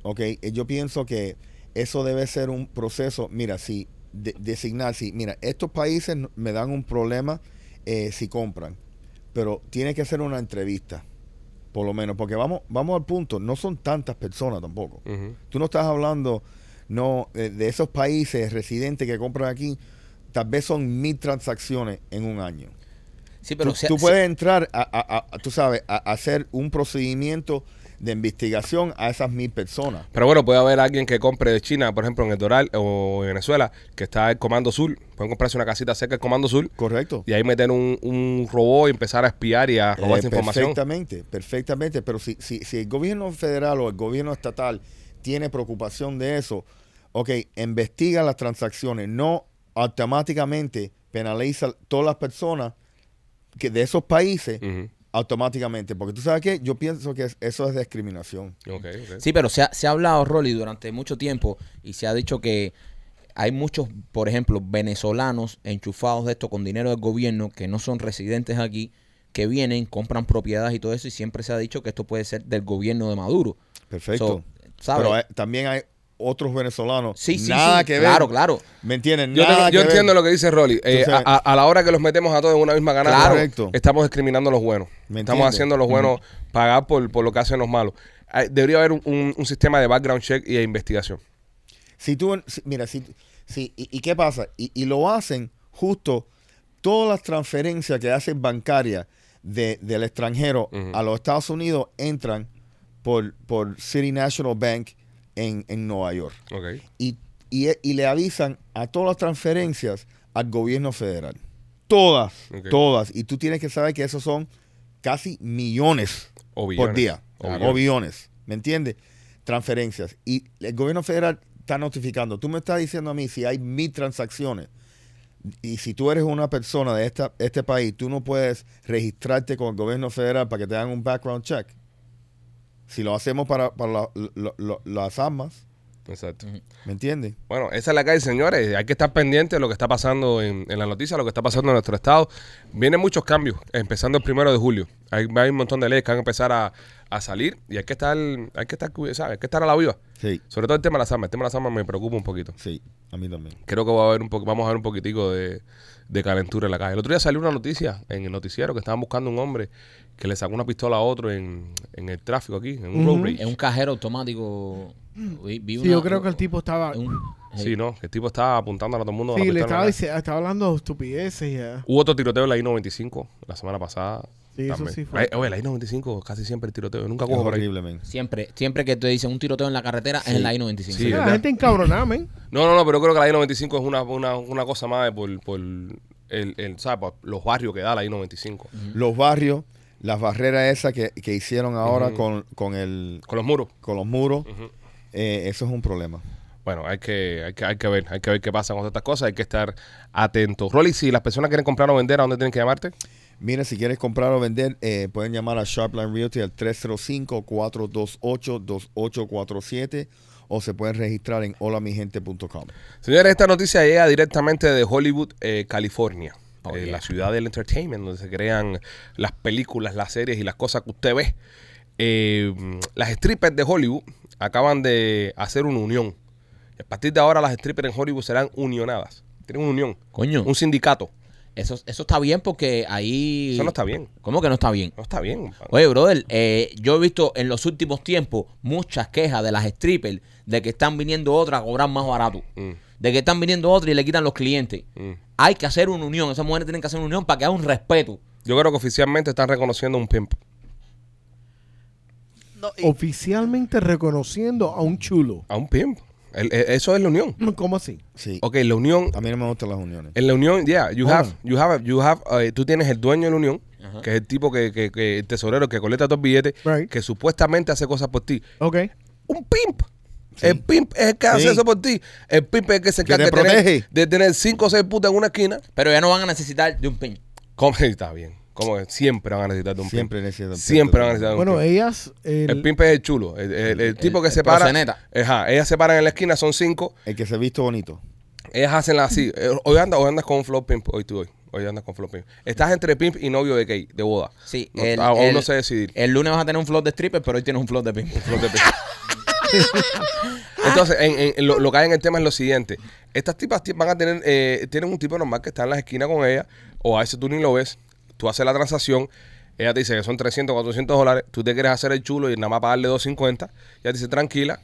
¿ok? Eh, Yo pienso que eso debe ser un proceso, mira, si de- designar, si, mira, estos países no- me dan un problema eh, si compran, pero tiene que ser una entrevista, por lo menos, porque vamos, vamos al punto, no son tantas personas tampoco.
Ujú.
Tú no estás hablando no eh, de, de esos países residentes que compran aquí, tal vez son mil transacciones en un año.
Sí, pero
tú,
se-
tú
se-
puedes entrar, a, a- a- tú sabes, a, a hacer un procedimiento de investigación a esas mil personas.
Pero bueno, puede haber alguien que compre de China, por ejemplo, en el Doral o en Venezuela, que está el Comando Sur. Pueden comprarse una casita cerca del Comando Sur
Correcto.
y ahí meter un, un robot y empezar a espiar y a robar
Eh,
esa información.
Perfectamente, perfectamente. Pero si, si, si el gobierno federal o el gobierno estatal tiene preocupación de eso, ok, investiga las transacciones, no automáticamente penaliza todas las personas que de esos países
Ujú.
automáticamente. Porque tú sabes que yo pienso que es- eso es discriminación.
Ok, ok.
Sí, pero se ha, se ha hablado, Rolly, durante mucho tiempo y se ha dicho que hay muchos, por ejemplo, venezolanos enchufados de esto con dinero del gobierno que no son residentes aquí, que vienen, compran propiedades y todo eso y siempre se ha dicho que esto puede ser del gobierno de Maduro.
Perfecto.
So, ¿sabes?
Pero eh, también hay otros venezolanos.
Sí, sí,
nada
sí,
que ver.
claro, claro.
¿Me entienden?
Yo,
Nada
tengo- yo
que ver.
entiendo lo que dice Rolly. Eh,
Entonces-
a, a- a la hora que los metemos a todos en una misma canasta,
Claro. Correcto.
estamos discriminando a los buenos. Estamos
¿Me entiendes?
haciendo a los buenos pagar por, por lo que hacen los malos. Ay, Debería haber un, un- un sistema de background check y de investigación.
Si tú, si- mira, si, si y, y qué pasa? Y, y lo hacen justo todas las transferencias que hacen bancarias de, del extranjero
Ujú.
a los Estados Unidos entran por, por City National Bank en, en Nueva York.
Ok.
Y, y, y le avisan a todas las transferencias al gobierno federal. Todas,
Ok.
todas. Y tú tienes que saber que esos son casi millones
O
por
billones.
día.
O
O
billones.
billones. ¿Me entiendes? Transferencias. Y el gobierno federal está notificando. Tú me estás diciendo a mí si hay mil transacciones. Y si tú eres una persona de esta, este país, tú no puedes registrarte con el gobierno federal para que te hagan un background check. Si lo hacemos para, para la- lo- lo- las armas,
Exacto.
¿me entiendes?
Bueno, esa es la calle, señores. Hay que estar pendiente de lo que está pasando en, en la noticia, lo que está pasando en nuestro estado. Vienen muchos cambios, empezando el primero de julio. Hay, hay un montón de leyes que van a empezar a, a salir y hay que estar, hay que estar, cuida- ¿sabes? Hay que estar a la viva.
Sí,
Sobre todo el tema de las armas. El tema de las armas me preocupa un poquito.
sí, a mí también.
Creo que va a haber un poco, vamos a ver un poquitico de, de calentura en la calle. El otro día salió una noticia en el noticiero que estaban buscando un hombre que le sacó una pistola a otro en, en el tráfico aquí, en un road rage.
Es un cajero automático. Vi- vi
Sí,
una-
yo creo que el tipo estaba.
un-
Sí, ¿no? Que el tipo estaba apuntando a todo el mundo. con la
Sí, le
pistola en la
estaba,
cara.
dice- estaba hablando de estupideces ya.
Hubo otro tiroteo en la I-95 la semana pasada.
Sí, eso
también.
sí fue.
La- oye, la I-95 casi siempre el tiroteo. Nunca
Es
cojo por ahí.
horrible, man.
Siempre, siempre que te dicen un tiroteo en la carretera es en la I-95.
Sí,
Sí, la
¿verdad?
gente encabronada, men.
No, no, no, pero creo que la I-95 es una, una, una cosa más de por, por el, el- ¿sabes? por los barrios que da la I-95.
Mm.
Los barrios, las barreras esas que, que hicieron ahora
Ujú.
con, con, el,
Con los muros.
con los muros,
Ujú.
eh, eso es un problema.
Bueno, hay que, hay, que, hay que ver, hay que ver qué pasa con todas estas cosas, hay que estar atentos. Rolly, si las personas quieren comprar o vender, ¿a dónde tienen que llamarte?
Mira, si quieres comprar o vender, eh, pueden llamar a Sharpline Realty al 305-428-2847 o se pueden registrar en holamigente.com.
Señores, esta noticia llega directamente de Hollywood, eh, California.
Oh,
eh,
yeah.
La ciudad del entertainment, donde se crean las películas, las series y las cosas que usted ve. Eh, las strippers de Hollywood acaban de hacer una unión. A partir de ahora las strippers en Hollywood serán unionadas. Tienen una unión,
Coño,
un sindicato.
eso, eso está bien porque ahí...
Eso no está bien.
¿Cómo que no está bien?
No está bien. compadre.
Oye, brother, eh, yo he visto en los últimos tiempos muchas quejas de las strippers de que están viniendo otras a cobrar más barato.
Mm,
De que están viniendo otras y le quitan los clientes.
mm.
Hay que hacer una unión. Esas mujeres tienen que hacer una unión para que haya un respeto.
Yo creo que oficialmente están reconociendo un pimp.
No, y-
Oficialmente reconociendo a un chulo.
A un pimp. El- el- eso es la unión.
¿Cómo así?
Sí.
Ok, Eh. la unión
A mí no me gustan las uniones.
En la unión, yeah, you
Hola.
have, you have, you have, eh, tú tienes el dueño de la unión,
Ajá.
que es el tipo que, que, que- el tesorero que colecta tus billetes,
Right.
que supuestamente hace cosas por ti.
Ok.
Un pimp. El pimp es el que hace
Sí.
eso por ti. El pimp es el que se
Que
encarga
te
de tener,
protege.
de tener cinco o seis putas en una esquina.
Pero ya no van a necesitar de un pin.
¿Cómo está bien? Como que siempre van a necesitar de un
Siempre
pimp.
necesitan un pimp.
Siempre van a necesitar de un
Bueno,
pimp.
ellas. el-
El pimp es el chulo, el, el- el tipo que
el
se para.
proxeneta.
Ajá, ellas se paran en la esquina, son cinco.
El que se viste bonito.
Ellas hacen la así. eh, Hoy andas, hoy andas con Flow Pimp, hoy tú hoy. Hoy andas con Flow Pimp. Estás entre Pimp y novio de gay, de boda.
Sí,
No, ah,
el-
aún
el-
no sé decidir.
El lunes vas a tener un flot de strippers, pero hoy tienes un flot de pin.
Flow de Pimp.
Ah.
Entonces, en- en- en lo, lo que hay en el tema es lo siguiente. Estas tipas ti- van a tener, eh, tienen un tipo normal que está en las esquinas con ella, o a veces tú ni lo ves, tú haces la transacción, ella te dice que son 300, 400 dólares, tú te quieres hacer el chulo y nada más pagarle 250, ella te dice tranquila,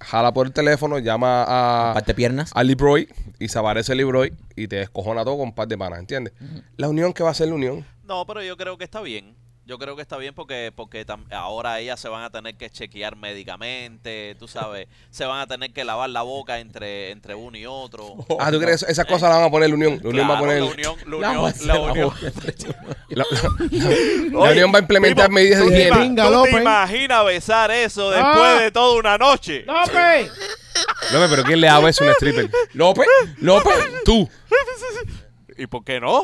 jala por el teléfono, llama a...
Ah. Parte piernas.
al Libroy y se aparece el Libroy y te descojona todo con un par de panas, ¿entiendes? La unión que va a ser la unión.
No, pero yo creo que está bien. Yo creo que está bien porque porque tam- ahora ellas se van a tener que chequear médicamente, tú sabes, se van a tener que lavar la boca entre entre uno y otro.
Ah, ¿tú crees? Esas cosas las van a poner la Unión. La Unión va a
Oh,
poner...
Claro, la unión, la
La
unión,
voz-
la
la
unión.
voz.
la- la- la Unión va a implementar medidas de
tú te
higiene.
imaginas- Venga,
¿Tú te
López.
imaginas besar eso
Ah.
después de toda una noche?
¡López!
López, pero ¿quién le da beso a un stripper?
López, López,
Tú.
¿Y por qué no?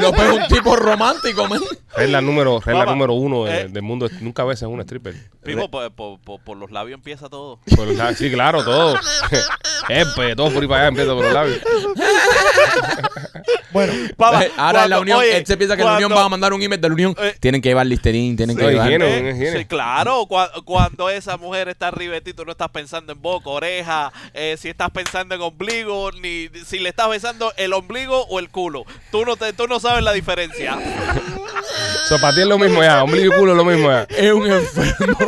López es un tipo romántico, man.
Es la número, es la
Papá,
número uno de-
eh.
del mundo. Nunca besas a un stripper.
Primo, por, pues, por- por- por los labios empieza todo.
Por los labios. Sí, claro, todo. Epe, todo por ahí para allá empieza por los labios.
Bueno,
Papá,
Eh, Ahora en la
Ah, cuando-
Unión,
oye,
él se piensa que la
cuando-
Unión va a mandar un email de la Unión.
Eh,
tienen que llevar Listerine, tienen
No,
que llevar...
higiene.
Eh,
es higiene.
Sí, claro. cua- cuando esa mujer está arriba de ti, tú no estás pensando en boca, oreja, eh, si estás pensando en ombligo, ni si le estás besando el ombligo o el culo. Tú no, te, tú no sabes la diferencia.
So, para ti es lo mismo ya. Ombligo y culo es lo mismo ya.
Es un enfermo.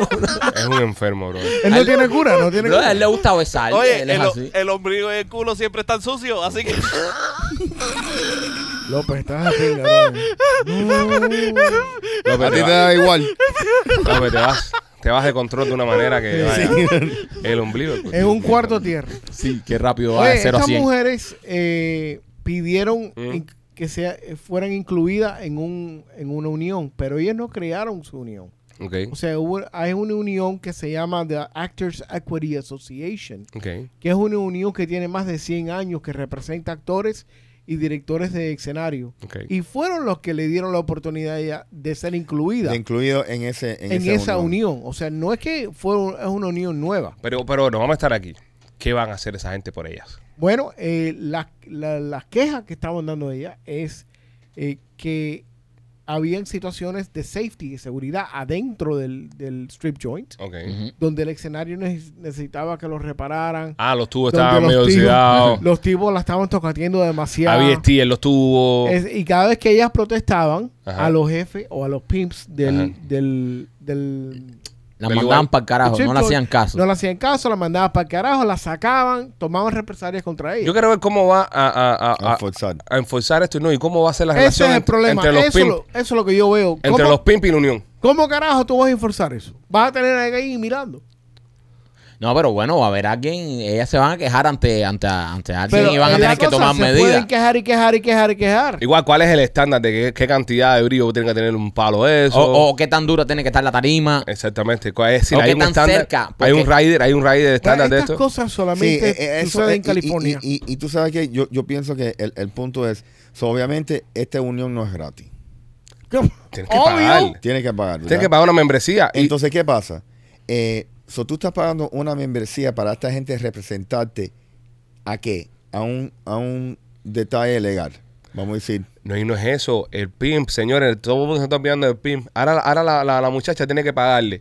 Es un enfermo, bro.
él no tiene cura, no tiene
Bro, a
cura.
él le gusta besar.
Oye,
él es
el, o-
así.
el ombligo y el culo siempre están sucios, así que...
López, estás así, cabrón.
López,
A ti
te
te
vas,
da igual.
López, te vas. Te vas de control de una manera que vaya. el ombligo. el culo.
Es un cuarto tierra.
Sí, qué rápido va de
Oye,
0 a
estas
100.
mujeres eh, pidieron
Mm.
in- que sea, eh, fueran incluidas en, un, en una unión, pero ellas no crearon su unión.
Ok,
O sea, hubo- hay una unión que se llama The Actors Equity Association,
ok.
que es una unión que tiene más de 100 años, que representa actores y directores de escenario.
Ok.
Y fueron los que le dieron la oportunidad a ella de ser incluida
De incluido en ese en,
en
ese
esa unión. O sea, no es que fue un- es una unión nueva.
Pero, pero no vamos a estar aquí. ¿Qué van a hacer esa gente por ellas?
Bueno, eh, las la- las quejas que estaban dando ella es eh, que habían situaciones de safety, de seguridad adentro del, del strip joint,
Ok.
donde el escenario neces- necesitaba que los repararan.
Ah, los tubos
donde
estaban medio
los,
oxidados.
tipos, los tipos la estaban tocatiendo demasiado.
Había estía en los tubos.
Es- y cada vez que ellas protestaban
Ajá.
a los jefes o a los pimps
Ajá.
del, del, del
La
del
mandaban
lugar.
para el carajo,
strip
no le
joint,
hacían caso.
No le hacían caso, la mandaban para el carajo, la sacaban, tomaban represalias contra
Yo
ellos.
quiero ver cómo va a, a, a- a-
A forzar.
a enforzar esto y no, y cómo va a ser la
Ese
relación
es el
ent-
problema.
entre los
eso,
pimp,
lo- eso es lo que yo veo. ¿Cómo,
entre los pimp y la unión.
cómo carajo tú vas a enforzar eso? Vas a tener a alguien ahí mirando.
No, pero bueno, va a haber alguien, ellas se van a quejar ante, ante, ante alguien
Pero
y van a
es la
tener que
cosa,
tomar
se
medidas.
Pueden quejar y quejar y quejar y quejar.
Igual, ¿cuál es el estándar de qué, qué cantidad de brillo tiene que tener un palo de eso?
O, o qué tan dura tiene que estar la tarima.
Exactamente. ¿Cuál es? Es decir,
O
hay
qué
un
tan
estándar.
cerca,
Hay
porque-
un rider, hay un rider de
Pues,
estándar de
estas
esto.
cosas solamente
eh, eh, eso
suceden en
es- y- y-
California.
Y, y- y tú sabes que yo, yo pienso que el, el punto es, so, obviamente, esta unión no es gratis.
Tienes que
Obvio.
pagar.
Tiene que pagar. ¿verdad?
Tienes que pagar una membresía. Y,
Entonces, ¿qué pasa? Eh, so, tú estás pagando una membresía para esta gente representarte a qué? A un, a un detalle legal. Vamos a decir.
no, y no es eso. El pimp, señores, todo el mundo se está olvidando del pimp. Ahora, ahora la, la- la muchacha tiene que pagarle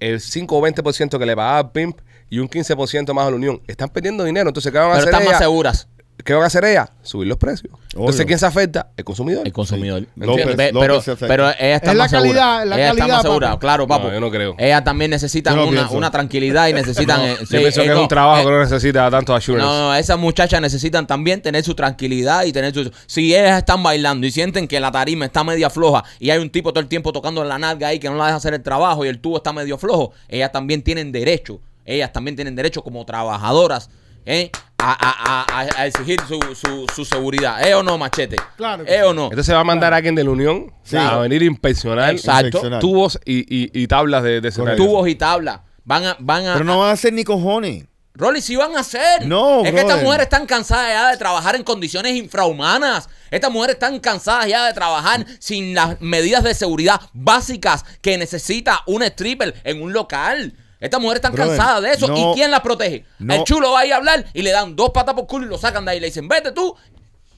el 5 o 20% que le pagaba al pimp y un 15% más a la unión. Están perdiendo dinero. Entonces, ¿qué van a
Pero
hacer
están más
ellas?
seguras.
¿Qué van a hacer ellas? Subir los precios. Entonces,
Obvio.
¿quién se afecta? El consumidor.
El consumidor.
López-
Ve-
López
pero,
se afecta.
pero ella está
Es la
más segura.
calidad, la
ella está
calidad,
más segura,
papi.
claro, papu.
No, yo no creo.
Ella también necesitan
Yo no
una,
pienso.
una tranquilidad y necesitan. eh, sí,
Yo pienso
eh,
que es
no,
un trabajo
eh,
que no necesita tanto assurance.
No, no, esas muchachas necesitan también tener su tranquilidad y tener su... Si ellas están bailando y sienten que la tarima está media floja y hay un tipo todo el tiempo tocando en la nalga ahí que no la deja hacer el trabajo y el tubo está medio flojo, ellas también tienen derecho, ellas también tienen derecho como trabajadoras ¿eh? a, a- a- a- a exigir su, su- su seguridad. ¿Eh o no, machete?
Claro que
¿Eh
sí.
o no?
Entonces se va a mandar a alguien de la Unión
Sí.
a venir a inspeccionar
Exacto.
Seccional.
tubos y, y- y tablas de, de escenario.
Tubos y tablas. Van a... Van a
Pero no van a ser ni cojones.
Rolly, sí van a hacer.
No,
Es que estas
brother.
mujeres están cansadas ya de trabajar en condiciones infrahumanas. Estas mujeres están cansadas ya de trabajar sin las medidas de seguridad básicas que necesita un stripper en un local. Estas mujeres están
Brother,
cansadas de eso.
no,
¿Y quién las protege?
no.
El chulo va ahí a hablar y le dan dos patas por culo y lo sacan de ahí. Le dicen, vete tú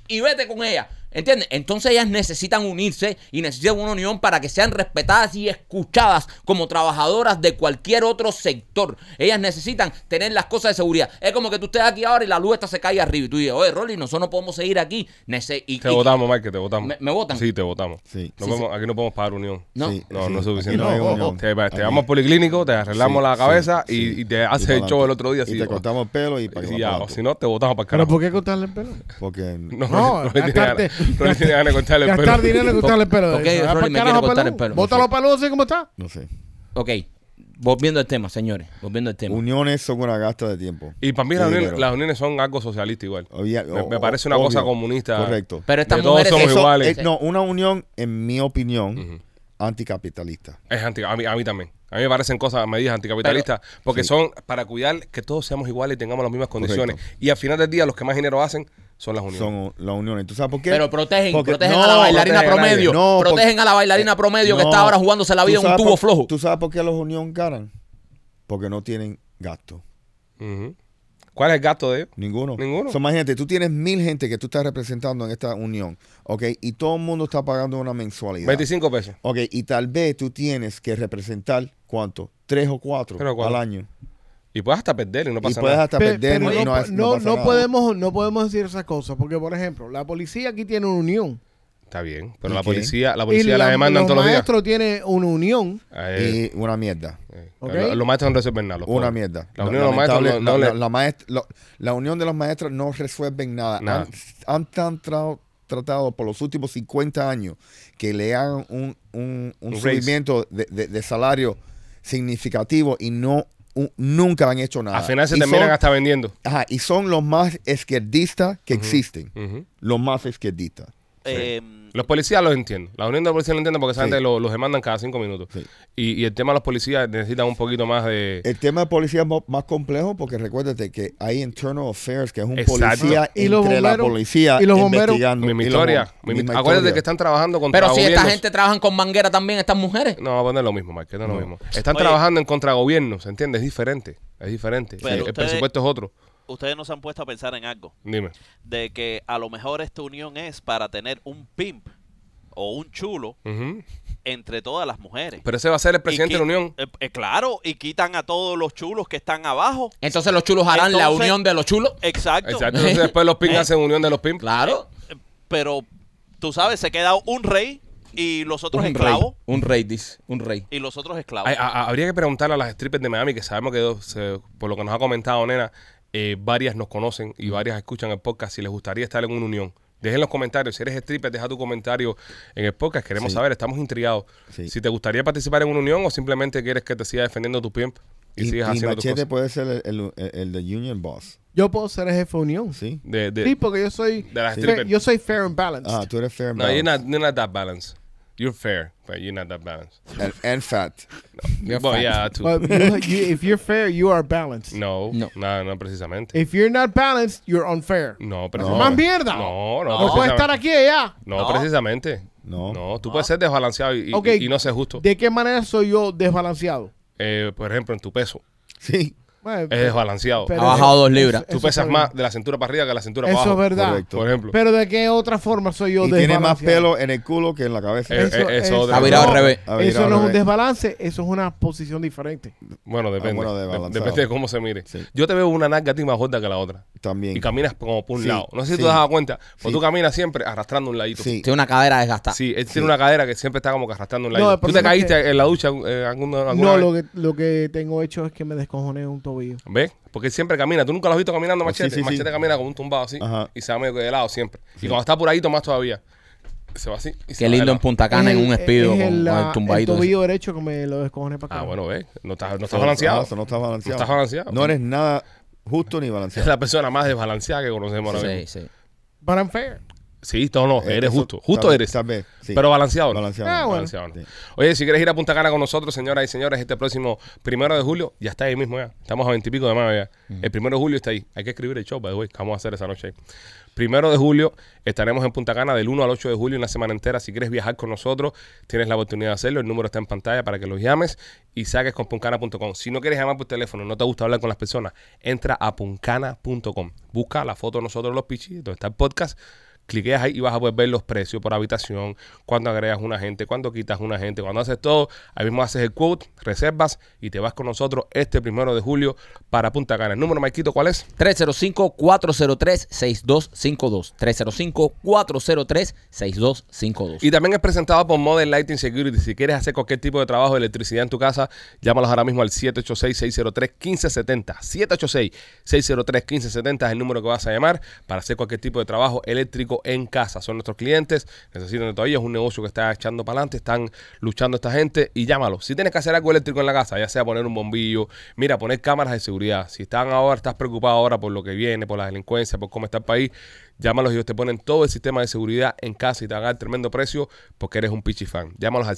y vete con ella. ¿Entiendes? Entonces ellas necesitan unirse y necesitan una unión para que sean respetadas y escuchadas como trabajadoras de cualquier otro sector. Ellas necesitan tener las cosas de seguridad. Es como que tú estés aquí ahora y la luz esta se cae arriba y tú dices, oye, Rolly, nosotros no podemos seguir aquí. Nece- y-
Te
y-
votamos, Mike, te votamos.
¿Me- me votan?
Sí, te votamos.
Sí.
No
Sí,
podemos- Aquí no podemos pagar unión.
No.
Sí,
No,
sí.
no es
Aquí
suficiente.
no hay
Oh, oh,
unión.
Te, te
Aquí-
vamos al policlínico, te arreglamos
Sí,
la
sí,
cabeza y-
sí.
y, te haces el
pa'lante.
show el otro día.
Y
sí,
te
o-
cortamos el pelo y para
sí,
que
ya,
va pa'lante.
o si no, te votamos para el
¿Pero
carajo.
por qué cortarle el pelo?
Porque
No,
No,
no, no le tiene
gastarte,
ganas. Rolly tiene ganas de cortarle el
Gastar
pelo.
dinero en cortarle el pelo.
Ok, Rolly me quiere cortar el pelo.
Bótalo peludo así como está.
No sé.
Ok, volviendo al tema, señores. Volviendo al tema.
Uniones son una gasta de tiempo.
Y para mí las
Sí,
uniones,
pero-
las uniones son algo socialista igual.
Obvia-
Me,
o-
me
o-
parece una cosa
obvio.
comunista.
Correcto.
Pero estas
de todos
mujeres...
somos
Eso,
iguales.
eh, no, una unión, en mi opinión, anticapitalista.
Es anti, a, mí, a mí también. A mí me parecen cosas, medidas anticapitalistas, porque son para cuidar que todos seamos iguales y tengamos las mismas condiciones. Y al final del día, los que más dinero hacen son las uniones.
Son las uniones. ¿Tú sabes por qué?
Pero protegen,
Porque-
protegen
no,
a la bailarina
protegen a nadie.
promedio.
No, porque- eh,
protegen a la bailarina promedio que
No.
está ahora jugándose la vida
¿Tú
en un
sabes
tubo
por-
flojo.
¿Tú sabes por qué los uniones ganan? Porque no tienen gasto.
Ujú. ¿Cuál es el gasto de ellos?
Ninguno.
Ninguno.
So, imagínate, tú tienes mil gente que tú estás representando en esta unión, ¿ok? Y todo el mundo está pagando una mensualidad.
25 pesos.
Ok, y tal vez tú tienes que representar, ¿cuánto? Tres o cuatro
Tres o cuatro.
al año.
Y puedes hasta perder y no
Y
pasa
puedes
nada.
hasta
Pe-
perder.
pero no,
y no, es- no
no-
pasa
no
nada.
podemos, no podemos decir esas cosas, porque por ejemplo, la policía aquí tiene una unión.
Está bien, pero
¿Y
la
qué?
policía, la policía
y
la,
la-
demandan
los
todos los días.
maestros tienen una unión.
Eh,
Y una mierda.
eh,
ok.
lo- Los maestros no resuelven nada. los
Una
pobres.
mierda.
La unión de los maestros
Lamentable-
no, no
la,
le-
la- la maest- lo- la unión de los maestros no resuelven nada.
Nada.
Han, han tan tra- tratado por los últimos 50 años que le hagan un, un, un
Un raise.
subimiento de, de- de salario significativo y no un- nunca han hecho nada.
al final se
Ah. Y
terminan
son-
hasta vendiendo.
ajá, y son los más izquierdistas que existen.
Ujú.
Los más izquierdistas.
Eh,
Los policías los entiendo. La unión de los policías lo entienden porque esa
Sí.
gente lo- los demandan cada cinco minutos.
Sí. Eh,
Y, y el tema de los policías necesitan un poquito más de...
El tema de policía es mo- más complejo porque recuérdate que hay internal affairs, que es un
Exacto.
policía
Y
entre
los
la
bomberos-
policía
y los bomberos-
investigando.
mi
Y los
historia.
bom-
mi-
misma
acuérdate
historia.
que están trabajando contra
Pero si esta
gobiernos.
gente trabajan con manguera también, estas mujeres.
No, bueno, es lo mismo, Mike, no es lo mismo. Están
Oye.
trabajando en contra gobiernos, ¿entiendes? Es diferente, es diferente.
Pero
el, el
ustedes-
presupuesto es otro.
ustedes nos han puesto a pensar en algo.
Dime.
de que a lo mejor esta unión es para tener un pimp o un chulo
Ujú.
entre todas las mujeres.
Pero ese va a ser el presidente
Y
de
qui-
la unión.
eh, eh, claro, y quitan a todos los chulos que están abajo.
Entonces los chulos harán la
Entonces- eh,
unión de los chulos.
Exacto.
Exacto. Entonces después los PIN
Eh.
hacen unión de los PIN.
Claro.
Pero tú sabes, se queda un rey y los otros esclavos.
Un rey, dice. Un rey.
Y los otros esclavos.
Ay, ah, a- a- habría que preguntarle a las strippers de Miami, que sabemos que dos, eh, por lo que nos ha comentado Nena, eh, varias nos conocen y varias escuchan el podcast si les gustaría estar en una unión. Dejen los comentarios. Si eres stripper, deja tu comentario en el podcast. Queremos saber, estamos intrigados.
Sí.
Si te gustaría participar en una unión o simplemente quieres que te siga defendiendo tu pimp y,
Y,
sigas
y
haciendo tus cosas.
Machete puede ser el, el, el- el de Union Boss,
Yo puedo ser el jefe de unión.
¿sí?
De, de-
Sí, porque yo soy,
De las
fa-
strippers.
yo soy fair and balanced.
Ah, tú eres fair and
No, you're
balanced.
not, you're not that balanced. You're fair, but you're not that balanced.
And, and fat.
Well, yeah, too.
But you- you- if you're fair, you are balanced.
No, no,
No.
no, precisamente.
If you're not balanced, you're unfair.
No,
No.
precisamente.
Eh, Más mierda.
No, no,
No puede
precisamente.
estar aquí y allá.
No,
No.
precisamente. No.
No.
tú puedes ser desbalanceado y, y-
Ok.
y no ser justo.
¿De qué manera soy yo desbalanceado?
Eh, por ejemplo, en tu peso.
Sí,
Bueno,
Es desbalanceado. Ah.
pero-
Ha bajado dos libras.
tú
eso
pesas
está
más de la cintura para arriba que de la cintura para
eso es
abajo.
verdad.
correcto.
Por ejemplo.
Pero ¿de qué otra forma soy yo
y
desbalanceado?
tiene más pelo en el culo que en la cabeza.
Eh, eh, eso otra
Ah,
Ha virado
cosa.
al revés.
A ver,
eso
a
no es un
ver.
desbalance, eso es una posición diferente.
Bueno, depende.
Ah, bueno,
De-
desbalanceado.
depende de cómo se mire.
Sí.
Yo te veo una narga a ti más gorda que la otra.
También.
Y caminas como por un
Sí,
lado. No sé si
sí.
tú te has dado cuenta. Porque
Sí.
tú caminas siempre arrastrando un ladito.
Sí.
Tiene una cadera desgastada.
Sí, él tiene una cadera que siempre está como que arrastrando un
No,
ladito.
el
¿Tú te
problema es
caíste en la ducha eh, alguna, alguna
No,
vez?
lo que, lo que tengo hecho es que me descojoné un tobillo.
¿Ves? Porque él siempre camina. Tú nunca lo has visto caminando
Oh,
machete.
sí, sí, sí.
machete camina como un tumbado así.
Ajá.
Y se va medio de lado siempre. Y cuando está por ahí, más todavía. Se va así. y se
Qué
va de
lindo en
lado.
Punta Cana
Es
en un
el-
espido
es
con
el,
con
ah,
el tumbadito.
el
ese.
tobillo derecho que me lo descojoné para acá.
Ah, bueno, ¿ves? No estás, no estás
Ah,
balanceado.
eso no estás balanceado.
No estás balanceado.
No eres nada justo ni
Es
balanceado.
la persona más desbalanceada que conocemos ahora
Sí,
mismo.
sí.
But I'm fair.
Sí, no, no,
Eh,
eres
eso
justo. Justo
tal-
eres.
tal vez, sí.
Pero balanceado. ¿no?
Balanceado.
Ah, bueno.
Balanceado, ¿no?
Sí.
Oye, si quieres ir a Punta Cana con nosotros, señoras y señores, este próximo primero de julio, ya está ahí mismo ya. Estamos a veintipico de mayo ya. El primero de julio está ahí. Hay que escribir el show, by the way, que vamos a hacer esa noche ahí. Primero de julio estaremos en Punta Cana del 1 al 8 de julio, una semana entera. Si quieres viajar con nosotros, tienes la oportunidad de hacerlo. El número está en pantalla para que los llames y saques con puncana.com. Si no quieres llamar por teléfono, no te gusta hablar con las personas, entra a puncana.com. Busca la foto de nosotros los pichis, donde está el podcast. Cliqueas ahí y vas a poder ver los precios por habitación, cuando agregas una gente, cuando quitas una gente, cuando haces todo. Ahí mismo haces el quote, reservas y te vas con nosotros este primero de julio para Punta Cana. El número, Maikito, ¿cuál es?
305-403-6252. 305-403-6252.
Y también es presentado por Modern Lighting Security. Si quieres hacer cualquier tipo de trabajo de electricidad en tu casa, llámalos ahora mismo al 786-603-1570. 786-603-1570 es el número que vas a llamar para hacer cualquier tipo de trabajo eléctrico Rico en casa. Son nuestros clientes, necesitan de todavía, es un negocio que está echando para adelante, están luchando esta gente y llámalo. Si tienes que hacer algo eléctrico en la casa, ya sea poner un bombillo, mira, poner cámaras de seguridad. Si están ahora, estás preocupado ahora por lo que viene, por la delincuencia, por cómo está el país, Llámalos, ellos te ponen todo el sistema de seguridad en casa y te van a dar tremendo precio porque eres un pichifan. Llámalos al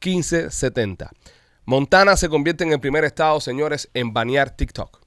786-603-1570. Montana se convierte en el primer estado, señores, en banear TikTok.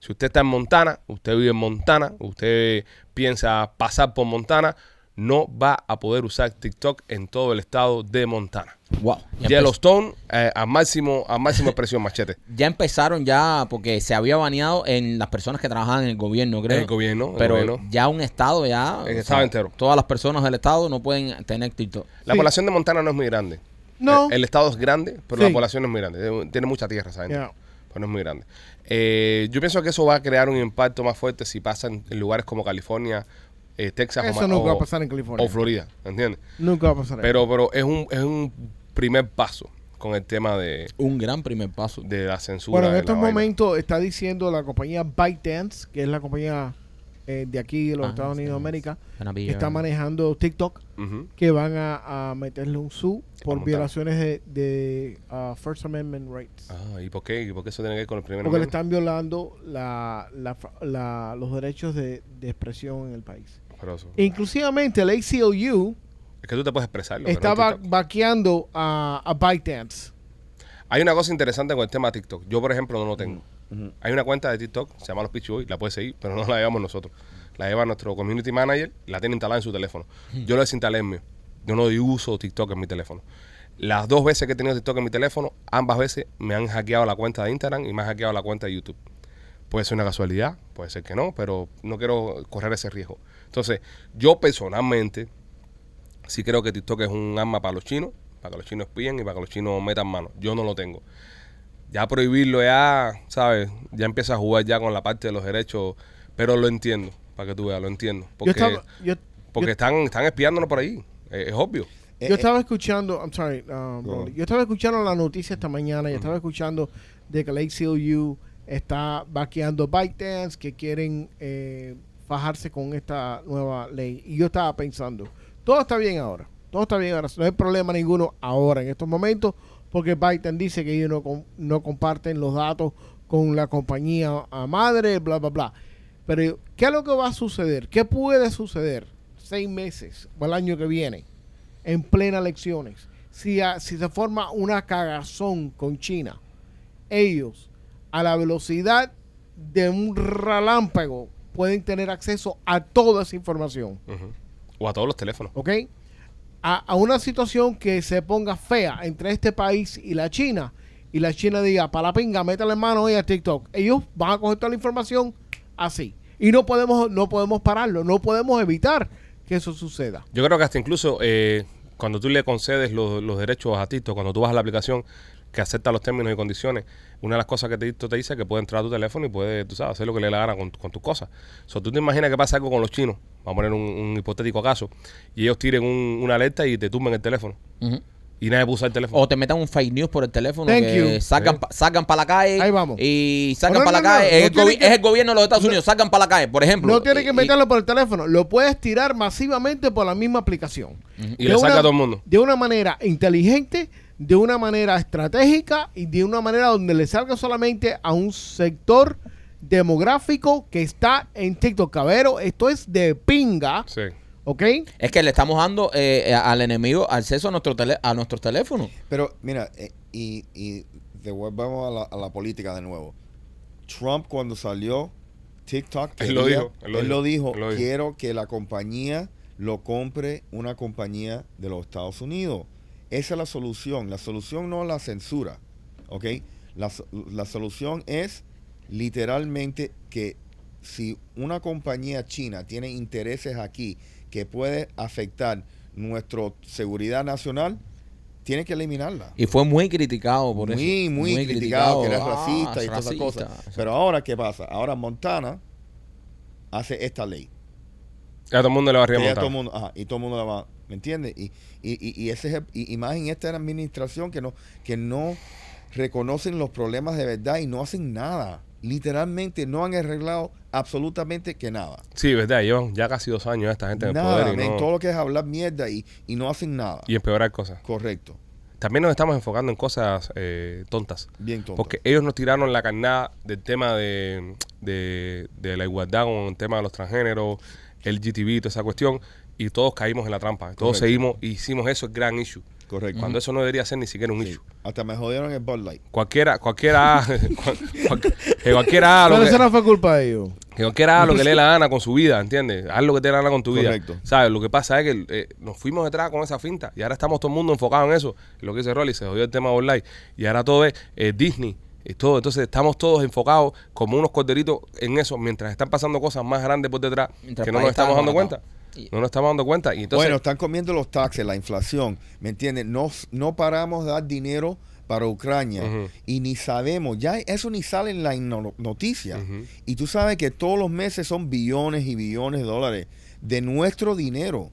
Si usted está en Montana, usted vive en Montana, usted piensa pasar por Montana, no va a poder usar TikTok en todo el estado de Montana.
Wow. Ya, empe-
Yellowstone eh, a máximo a máxima presión machete.
ya empezaron ya, porque se había baneado en las personas que trabajaban en el gobierno, creo.
El gobierno, el
Pero
gobierno.
ya un estado, ya.
El
o
estado entero.
Todas las personas del estado no pueden tener TikTok.
La
Sí.
población de Montana no es muy grande. Eh,
No.
El, el estado es grande, pero
Sí.
la población no es muy grande. Eh, Tiene mucha tierra, ¿saben?
Ya.
Pero no es muy grande. Eh, yo pienso que eso va a crear un impacto más fuerte si pasa en, en lugares como California, eh, Texas
Eso
o, Ma-
nunca
o-
va a pasar en California.
o Florida, ¿entiendes?
Nunca va a pasar. ahí.
Pero, pero es, un, es un primer paso con el tema de,
Un gran primer paso.
de la censura.
bueno, en
de
estos
la vaina.
momentos está diciendo la compañía ByteDance, que es la compañía eh, de aquí, de los
Ah,
Estados Unidos de América,
Gonna be
que está
your-
manejando TikTok,
Ujú.
que van a, a meterle un su por
Vamos,
violaciones de, de, ah, First Amendment rights.
Ah, ¿y por qué? ¿Y por qué eso tiene que ver con el primer
Porque le
amendment?
están violando la- la fa- la- los derechos de, de expresión en el país.
Pero eso-
Inclusivamente el ACLU
Es que tú te puedes expresar. lo que no es
está ba-
TikTok.
vaqueando a, a ByteDance.
Hay una cosa interesante con el tema de TikTok. Yo, por ejemplo, no lo tengo. Hay una cuenta de TikTok, se llama Los Pichi Boys, la puedes seguir, pero no la llevamos nosotros. La lleva nuestro community manager, la tiene instalada en su teléfono. Yo lo desinstalé en mío. Yo no doy uso de TikTok en mi teléfono. Las dos veces que he tenido TikTok en mi teléfono, ambas veces me han hackeado la cuenta de Instagram y me han hackeado la cuenta de YouTube. Puede ser una casualidad, puede ser que no, pero no quiero correr ese riesgo. Entonces, yo personalmente sí creo que TikTok es un arma para los chinos, para que los chinos espíen y para que los chinos metan mano. Yo no lo tengo ya prohibirlo ya, ¿sabes? Ya empieza a jugar ya con la parte de los derechos, pero lo entiendo, para que tú veas, lo entiendo. Porque,
yo estaba, yo,
porque
yo-
están, están espiándonos por ahí, eh, es, obvio.
yo estaba escuchando, I'm sorry, um,
Go.
Rolly. yo estaba escuchando la noticia esta mañana y estaba escuchando de que el ACLU está vaqueando ByteDance, que quieren eh, fajarse con esta nueva ley. Y yo estaba pensando, todo está bien ahora, todo está bien ahora, no hay problema ninguno ahora en estos momentos, porque ByteDance dice que ellos no, com- no comparten los datos con la compañía ah, madre, bla, bla, bla. Pero, ¿qué es lo que va a suceder? ¿Qué puede suceder seis meses o el año que viene en plena elecciones? Si, ah, si se forma una cagazón con China, ellos a la velocidad de un relámpago pueden tener acceso a toda esa información,
Ujú. O a todos los teléfonos.
¿ok? A, a una situación que se ponga fea entre este país y la China, y la China diga, para la pinga, métale mano hoy a TikTok. Ellos van a coger toda la información así. Y no podemos, no podemos pararlo, no podemos evitar que eso suceda.
Yo creo que hasta incluso eh, cuando tú le concedes los, los derechos a TikTok, cuando tú vas a la aplicación que acepta los términos y condiciones, una de las cosas que TikTok te dice es que puede entrar a tu teléfono y puede, tú sabes, hacer lo que le dé la gana con, con tus cosas. O sea, tú te imaginas que pasa algo con los chinos, vamos a poner un, un hipotético caso, y ellos tiren un- una alerta y te tumben el teléfono.
Ujú.
Y nadie puso el teléfono.
O te metan un fake news por el teléfono.
Thank
que
you.
Sacan,
Sí.
pa- sacan para la calle.
Ahí vamos.
Y sacan
No, no,
para la
no, no.
calle.
No
es, el gobi-
tiene que-
es el gobierno de los Estados Unidos. Sacan para la calle, por ejemplo.
No tienes
Y-
que
y-
meterlo por el teléfono, lo puedes tirar masivamente por la misma aplicación.
Y
De
le saca
una-
a todo el mundo.
De una manera inteligente, de una manera estratégica y de una manera donde le salga solamente a un sector demográfico que está en TikTok. Cabero, esto es de pinga,
Sí.
¿ok?
Es que le estamos dando eh, eh, al enemigo acceso a, nuestro tele- a nuestros teléfonos.
Pero mira, eh, y, y devolvemos a la, a la política de nuevo. Trump cuando salió TikTok,
Él lo
quería-
dijo, él lo
él
dijo,
lo dijo,
él lo dijo.
quiero que la compañía lo compre una compañía de los Estados Unidos. Esa es la solución. La solución no es la censura, ¿ok? La, so- la solución es literalmente que si una compañía china tiene intereses aquí que puede afectar nuestra seguridad nacional, tiene que eliminarla
Y fue muy criticado por eso.
muy, muy, criticado, que eres
Ah,
racista y todas esas
racista.
cosas. Pero ahora, ¿qué pasa? Ahora Montana hace esta ley.
A todo el mundo le va a
Que ya
remontar.
todo el mundo, ajá, y todo el mundo la va, ¿me entiendes? Y, y, y, y ese es el- y, y más en esta administración que no, que no reconocen los problemas de verdad y no hacen nada. literalmente no han arreglado absolutamente que nada.
Sí, verdad, llevan ya casi dos años esta gente en el
Nada,
poder y,
men,
no-
todo lo que es hablar mierda y, y no hacen nada.
y empeorar cosas.
Correcto.
También nos estamos enfocando en cosas eh, tontas.
Bien tonto.
Porque ellos nos tiraron la carnada del tema de, de, de la igualdad con el tema de los transgéneros, el GTV, toda esa cuestión, y todos caímos en la trampa. Todos
Correcto.
seguimos y hicimos eso, es gran issue.
Correcto.
Cuando eso no debería ser ni siquiera un
Sí.
issue.
Hasta me jodieron el Bud Light.
Cualquiera, cualquiera, cual- cual- que cualquiera haga Ah, lo
Pero
que,
eso no fue culpa de ellos.
que cualquiera haga lo que le dé la gana con su vida, ¿entiendes? Haz lo que te dé la gana con tu vida.
Correcto.
¿Sabes? Lo que pasa es que eh, nos fuimos detrás con esa finta y ahora estamos todo el mundo enfocado en eso. Lo que dice Rolly, se jodió el tema online. Y ahora todo es eh, Disney. y todo. Entonces estamos todos enfocados como unos corderitos en eso, mientras están pasando cosas más grandes por detrás
Mientras
que no
el
nos
país está
estamos dando cuenta.
desbaratado. Y-
No nos estamos dando cuenta. Y entonces,
bueno, están comiendo los taxes, la inflación, ¿me entiendes? No, no paramos de dar dinero para Ucrania
Ujú.
y ni sabemos, ya eso ni sale en la no- noticia.
Ujú.
Y tú sabes que todos los meses son billones y billones de dólares de nuestro dinero.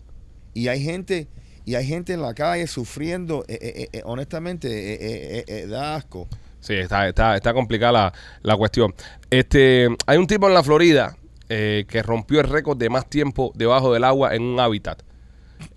Y hay gente y hay gente en la calle sufriendo, eh, eh, eh, eh, honestamente, eh, eh, eh, eh, da asco.
Sí, está, está, está complicada la, la cuestión. Este, hay un tipo en la Florida eh, que rompió el récord de más tiempo debajo del agua en un hábitat.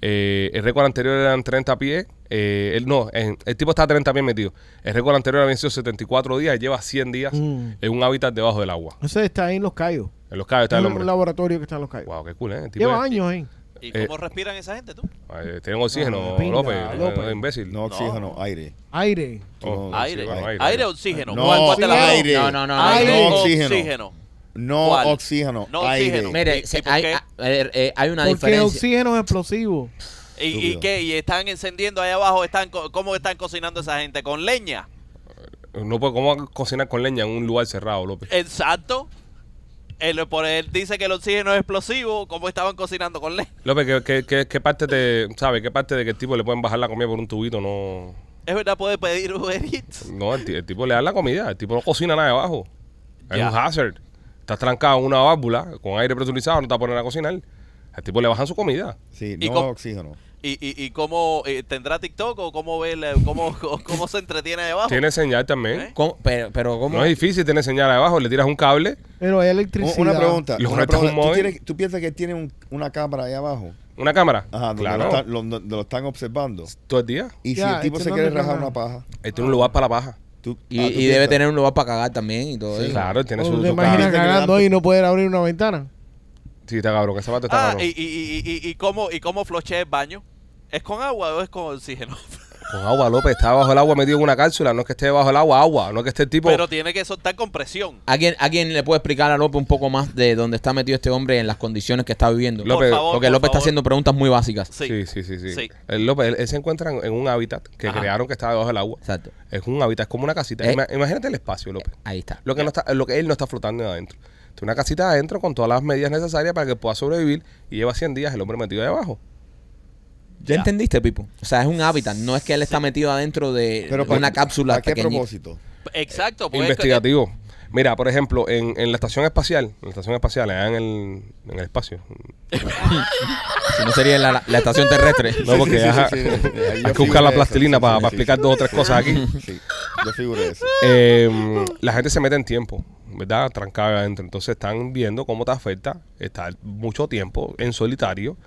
Eh, el récord anterior eran 30 pies. eh, él, no, en- el tipo está a 30 pies metido. El récord anterior había sido 74 días y lleva 100 días
Mm.
en un hábitat debajo del agua.
Eso está ahí en Los Cayos.
En los cabos está
Es
el
un
hombre.
laboratorio que está en Los Cayos.
Wow, qué cool, ¿eh? El tipo
Lleva
es-
años ahí.
¿Y
Eh,
cómo respiran esa gente tú?
eh, tienen oxígeno,
Ah, pinga,
López.
López.
eh, imbécil.
No oxígeno, aire.
Aire.
Tú no-
Oh, Aire.
oxígeno,
aire,
aire.
oxígeno.
No,
¿Cuál- cuál de las dos?
aire.
No, no, no, no,
Aire,
Aire,
no oxígeno.
oxígeno.
No
¿Cuál?
oxígeno,
No
aire.
oxígeno. ¿Y-
Mire,
y
se-
por
hay,
qué?
a- eh, eh, hay una
Porque el
diferencia.
oxígeno es explosivo.
¿Y, y
Estúpido.
qué? ¿Y están encendiendo ahí abajo? Están, co- ¿Cómo están cocinando esa gente? ¿Con leña?
No puedo, ¿Cómo cocinar con leña en un lugar cerrado, López?
Exacto. Él, por él dice que el oxígeno es explosivo. ¿Cómo estaban cocinando con leña?
López, ¿qué, qué, qué, qué parte te, sabe, qué parte de que el tipo le pueden bajar la comida por un tubito no,
Es verdad, puede pedir Uber Eats.
No, el, ti- el tipo le da la comida, el tipo no cocina nada de abajo. Es
Ya.
un hazard. Estás trancado en una válvula con aire presurizado, no te va a poner a cocinar. Al tipo le bajan su comida.
Sí,
¿Y
no
cómo-
oxígeno.
¿Y, y, y cómo eh, tendrá TikTok o cómo, ve la- cómo, cómo, cómo se entretiene ahí abajo?
Tiene señal también.
¿Eh?
¿Cómo? Pero, pero ¿cómo?
No es difícil, tiene señal ahí abajo, le tiras un cable.
Pero hay
Un-
electricidad.
Una pregunta.
Los
una
retos
pregunta. ¿Tú,
móviles.
tienes- tú piensas que tiene un- una cámara ahí abajo?
¿Una cámara?
Ajá, donde
claro.
lo, están, lo- donde lo están observando.
Todo el día.
Y si
Ya,
el tipo
este
se
no
quiere
me
rajar
suena.
una paja,
Él tiene un lugar para la paja.
tú-
Y,
ah, tú
y debe
piensas-
tener un lugar para cagar también y todo eso.
Claro, él tiene
¿O
su,
¿Te
su
imaginas
cámara.
cabeza.
cagando ahí y no poder abrir una ventana?
Sí, está cabrón, que esa parte está
Ah,
cabrón.
y, y, y, y, y cómo, ¿y cómo flochea el baño? ¿Es con agua o es con oxígeno?
Con agua, López, está bajo el agua metido en una cápsula. No es que esté bajo el agua, agua. No es que esté el tipo.
Pero tiene que soltar con presión.
¿Alguien, ¿Alguien le puede explicar a López un poco más de dónde está metido este hombre en las condiciones que está viviendo?
López,
por favor,
Porque
por
López está
favor.
haciendo preguntas muy básicas.
sí, sí, sí. sí.
Sí.
El López, él, él se encuentra en, en un hábitat que
Ajá.
crearon que está debajo del agua.
Exacto.
Es un hábitat, es como una casita.
Eh.
Ima- Imagínate el espacio, López.
Ahí está.
Lo que, no está, lo que él no está flotando adentro. Tiene una casita adentro con todas las medidas necesarias para que pueda sobrevivir y lleva 100 días el hombre metido ahí abajo.
¿Ya entendiste, Pipo? O sea, es un hábitat. No es que él está metido adentro de
Pero
de
pa-
una cápsula
¿Para qué
pequeñita.
propósito?
Exacto. pues,
Investigativo. Mira, por ejemplo, en, en la estación espacial, en la estación espacial, allá en el, en el espacio.
Si no sería la, la estación terrestre.
No, porque
sí, sí,
ajá,
sí, sí, sí. Yo
hay que
figuré
buscar la
eso,
plastilina
sí,
para,
sí,
para
sí,
explicar
sí.
dos o tres cosas aquí.
Sí, yo figuré eso.
Eh, la gente se mete en tiempo, ¿verdad? Trancada ahí adentro. Entonces están viendo cómo te afecta estar mucho tiempo en solitario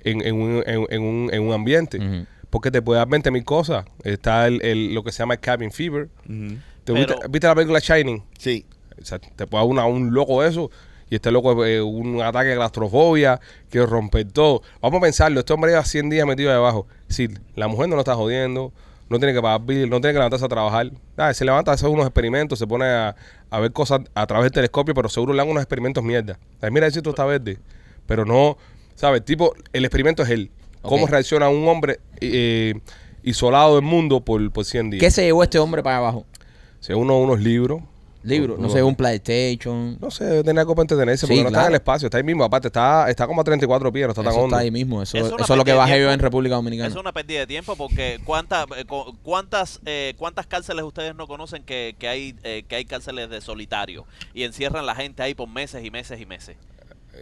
en, en un, en- en un- en un ambiente.
Ujú.
Porque te puede dar 20 mil cosas. Está el, el- lo que se llama el cabin fever.
Ujú.
¿Te
Pero-
viste, viste la película Shining?
Sí,
O sea, te puede dar una- un loco eso. Y este loco eh, un ataque de claustrofobia que romper todo. Vamos a pensarlo. Este hombre lleva 100 días metido ahí abajo. Si la mujer no lo está jodiendo, no tiene que pagar bill, no tiene que levantarse a trabajar. Nada, se levanta, hace unos experimentos, se pone a, a ver cosas a través del telescopio, pero seguro le dan unos experimentos mierda. Ay, mira, el sitio está verde. Pero no, ¿sabes? Tipo, el experimento es él. ¿Cómo
Ok.
reacciona un hombre eh, isolado del mundo por, por 100 días?
¿Qué se llevó este hombre para abajo?
Se uno unos libros.
Libro. No se llevó un PlayStation.
No sé, debe tener algo para entretenerse,
Sí,
porque no está
claro.
en el espacio, está ahí mismo, aparte, está, está como a 34 pies, no está tan
Eso
hondo.
está ahí mismo. Eso,
Es
eso
una
es, lo que
pérdida de
bajé yo
tiempo.
en República
Es
Dominicana.
una pérdida de tiempo porque cuántas eh, cu- cuántas eh, cuántas cárceles ustedes no conocen que, que hay eh, que hay cárceles de solitario y encierran la gente ahí por meses y meses y meses.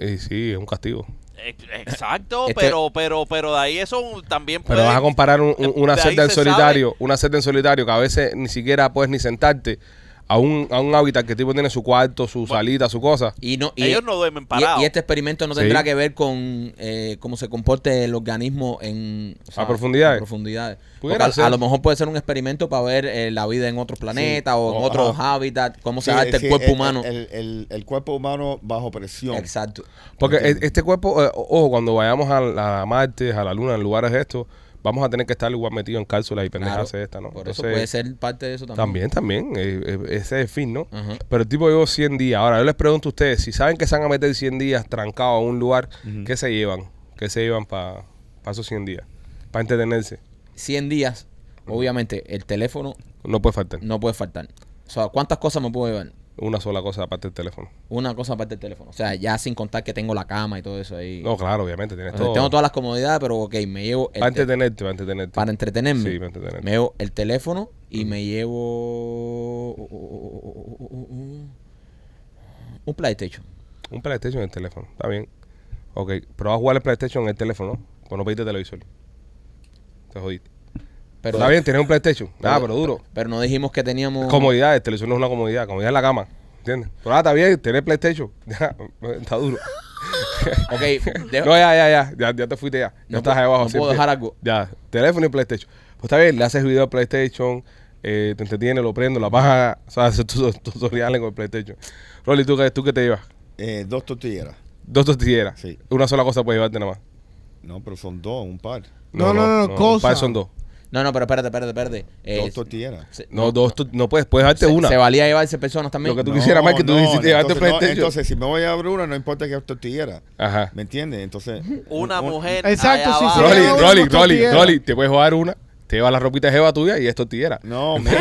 Y sí, es un castigo.
Eh, Exacto,
Este-
pero pero pero de ahí eso un- también
Pero
puede-
vas a comparar un- un- una
Pues, de ahí
celda en
se
solitario, una celda en solitario que a veces ni siquiera puedes ni sentarte, a un, a un hábitat que el tipo tiene su cuarto, su salita, su cosa.
Y no, y,
Ellos no duermen
y-
parados.
Y, este experimento no
Sí.
tendrá que ver con eh, cómo se comporte el organismo en o
A profundidades.
a profundidades.
Pudiera
Porque a-
ser.
a, lo mejor puede ser un experimento para ver eh, la vida en otros planetas o en
O-
otros
ajá.
hábitats, cómo
Sí,
se adapta el
es que
cuerpo humano.
El, el- el cuerpo humano bajo presión.
Exacto.
Porque
Entiendo.
e- este cuerpo, eh, o- ojo, cuando vayamos a, la- a Marte, a la Luna, en lugares de estos, vamos a tener que estar igual metidos en cápsulas y pendejas
Claro.
esta, ¿no?
Por eso
Entonces,
puede ser parte de eso también.
También, también. eh, eh, ese es el fin, ¿no?
Ajá.
Pero el tipo llevó 100 días. Ahora, yo les pregunto a ustedes, si saben que se van a meter 100 días trancados a un lugar, ¿qué se llevan? ¿Qué se llevan para esos 100 días? Para entretenerse.
100 días, obviamente, el teléfono
No puede faltar.
no puede faltar. O sea, ¿cuántas cosas me puedo llevar?
Una sola cosa aparte del teléfono.
Una cosa aparte del teléfono. O sea, ya sin contar que tengo la cama y todo eso ahí.
No, claro, obviamente. Tienes
O sea,
todo.
Tengo todas las comodidades, pero ok, me llevo el
Para
te-
entretenerte, para entretenerte.
para entretenerme.
Sí, para entretenerte.
Me llevo el teléfono y me llevo oh, oh, un PlayStation.
Un PlayStation en el teléfono. Está bien. Ok, pero vas a jugar el PlayStation en el teléfono, ¿no? Pues no pediste televisor. Te jodiste.
Pero,
Está bien, tienes un PlayStation. Nada, pero duro.
pero no dijimos que teníamos
Comodidad, el televisor no es una comodidad. Comodidad es la cama. ¿Entiendes? Pero ah, está bien, tener PlayStation. Ya, está duro.
Ok, de-
No, ya, ya, ya, ya, ya te fuiste ya. Ya
No
estás
pu-
ahí abajo.
no
así
puedo
empieza.
dejar algo.
Ya, teléfono y PlayStation. Pues está bien, le haces video a PlayStation, eh, te entretiene, lo prendo, la paja, o sea, haces tus tus tutoriales con el PlayStation. Rolly, ¿tú qué, tú qué te llevas?
Eh, dos tortilleras.
Dos tortilleras.
Sí.
Una sola cosa puedes llevarte nada más.
No, pero son dos, un par.
No, no, no,
un
cosa.
par son dos.
No, no, pero espérate, espérate, espérate. Eh,
dos tortilleras.
se-
No, dos, tu- no puedes, puedes darte
se,
una.
se valía llevarse personas también.
Lo que tú quisieras más que tú hiciste llevarte
entonces, no,
PlayStation.
entonces, si me voy a abrir una, no importa que tortillera.
Ajá.
¿Me entiendes? Entonces.
Una
un- un-
mujer.
Exacto,
allá
sí,
abajo.
sí.
Rolly,
Ahora
Rolly,
vamos con
Rolly,
Ah, tortillera.
Rolly, te puedes jugar una, te llevas la ropita de jeva tuya y es tortillera.
No, me.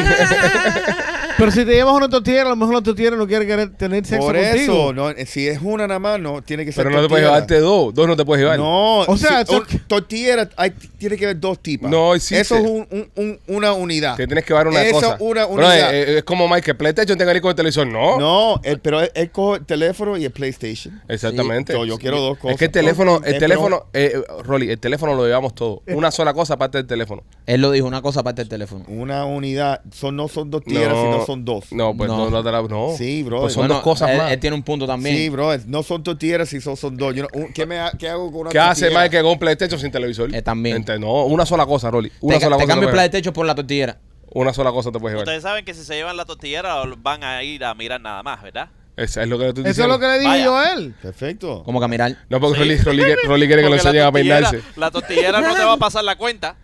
Pero si te llevas una tortillera, a lo mejor la tortillera no quiere querer tener sexo
Por
contigo.
eso, no, eh, si es una nada más, no tiene que ser.
Pero no te puedes
tortillera.
llevarte dos, dos no te puedes llevar.
No,
O
o
sea,
sea,
eso-
tortillera hay- tiene que haber dos tipos.
No existe.
Eso es un- un- un- una unidad.
Te tienes que llevar una
Eso
cosa.
es una
Bro,
unidad.
eh, ¿oh? eh, es como Mike, que PlayStation tenga que ir con el televisor. No.
No, él- pero él, él coge el teléfono y el PlayStation.
Exactamente.
Yo- yo quiero dos
Es
cosas.
que el teléfono, el
Eh,
teléfono, eh, eh, Rolly, el teléfono lo llevamos todo. Una sola cosa aparte del teléfono.
Él lo dijo, una cosa aparte del teléfono.
Una unidad. Son, no son dos tiras, sino son dos.
No, pues
No. eh,
no, no, te la- no.
Sí, brother.
Pues son
Bueno,
dos cosas
él,
más.
él tiene un punto también.
Sí, bro, es- no son dos tiras, si son, son dos. Yo no- un- ¿qué, me ha- qué hago con una
¿Qué hace
tortillera?
Mike que con un PlayStation sin televisor?
Eh, también.
Ente- no, una sola cosa, Rolly. Una
te, ca-
sola
te
cosa.
cambio el
puedes-
PlayStation por la tortillera.
Una sola cosa te puedes llevar.
Ustedes saben que si se llevan la tortillera van a ir a mirar nada más, ¿verdad?
Esa es lo que tú
Eso es lo que le dije
Vaya.
yo a él.
Perfecto.
Como caminar.
No, porque
Sí.
Rolly, Rolly, Rolly quiere que lo
Porque
enseñen
la
a
tortillera-
peinarse.
La tortillera no te va a pasar la cuenta.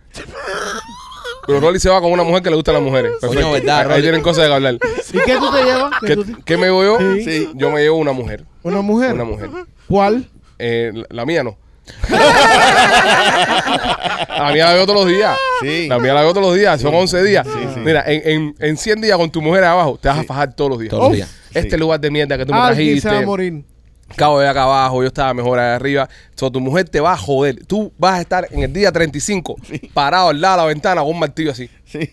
Pero Rolly se va con una mujer que le gustan las mujeres. Perfecto.
¿verdad,
Ahí- Ahí
Rolly?
tienen cosas de que hablar.
¿Y qué tú te llevas? ¿Qué
¿Qué,
tú te-
qué me llevo yo?
Sí.
Yo me llevo una mujer.
¿Una mujer?
Una mujer.
¿Cuál?
Eh, la, la mía no. la mía la veo todos los días.
Sí.
La mía la veo todos los días. Son 11 días.
sí.
Mira, en, en, en 100 días con tu mujer abajo te vas a fajar todos los días.
Todos los días.
Este
Sí.
lugar de mierda que tú me
Alguien se va a
trajiste.
morir.
Cabo de acá abajo, yo estaba mejor allá arriba. So, tu mujer te va a joder. Tú vas a estar en el día 35 parado al lado de la ventana con un martillo así.
Sí.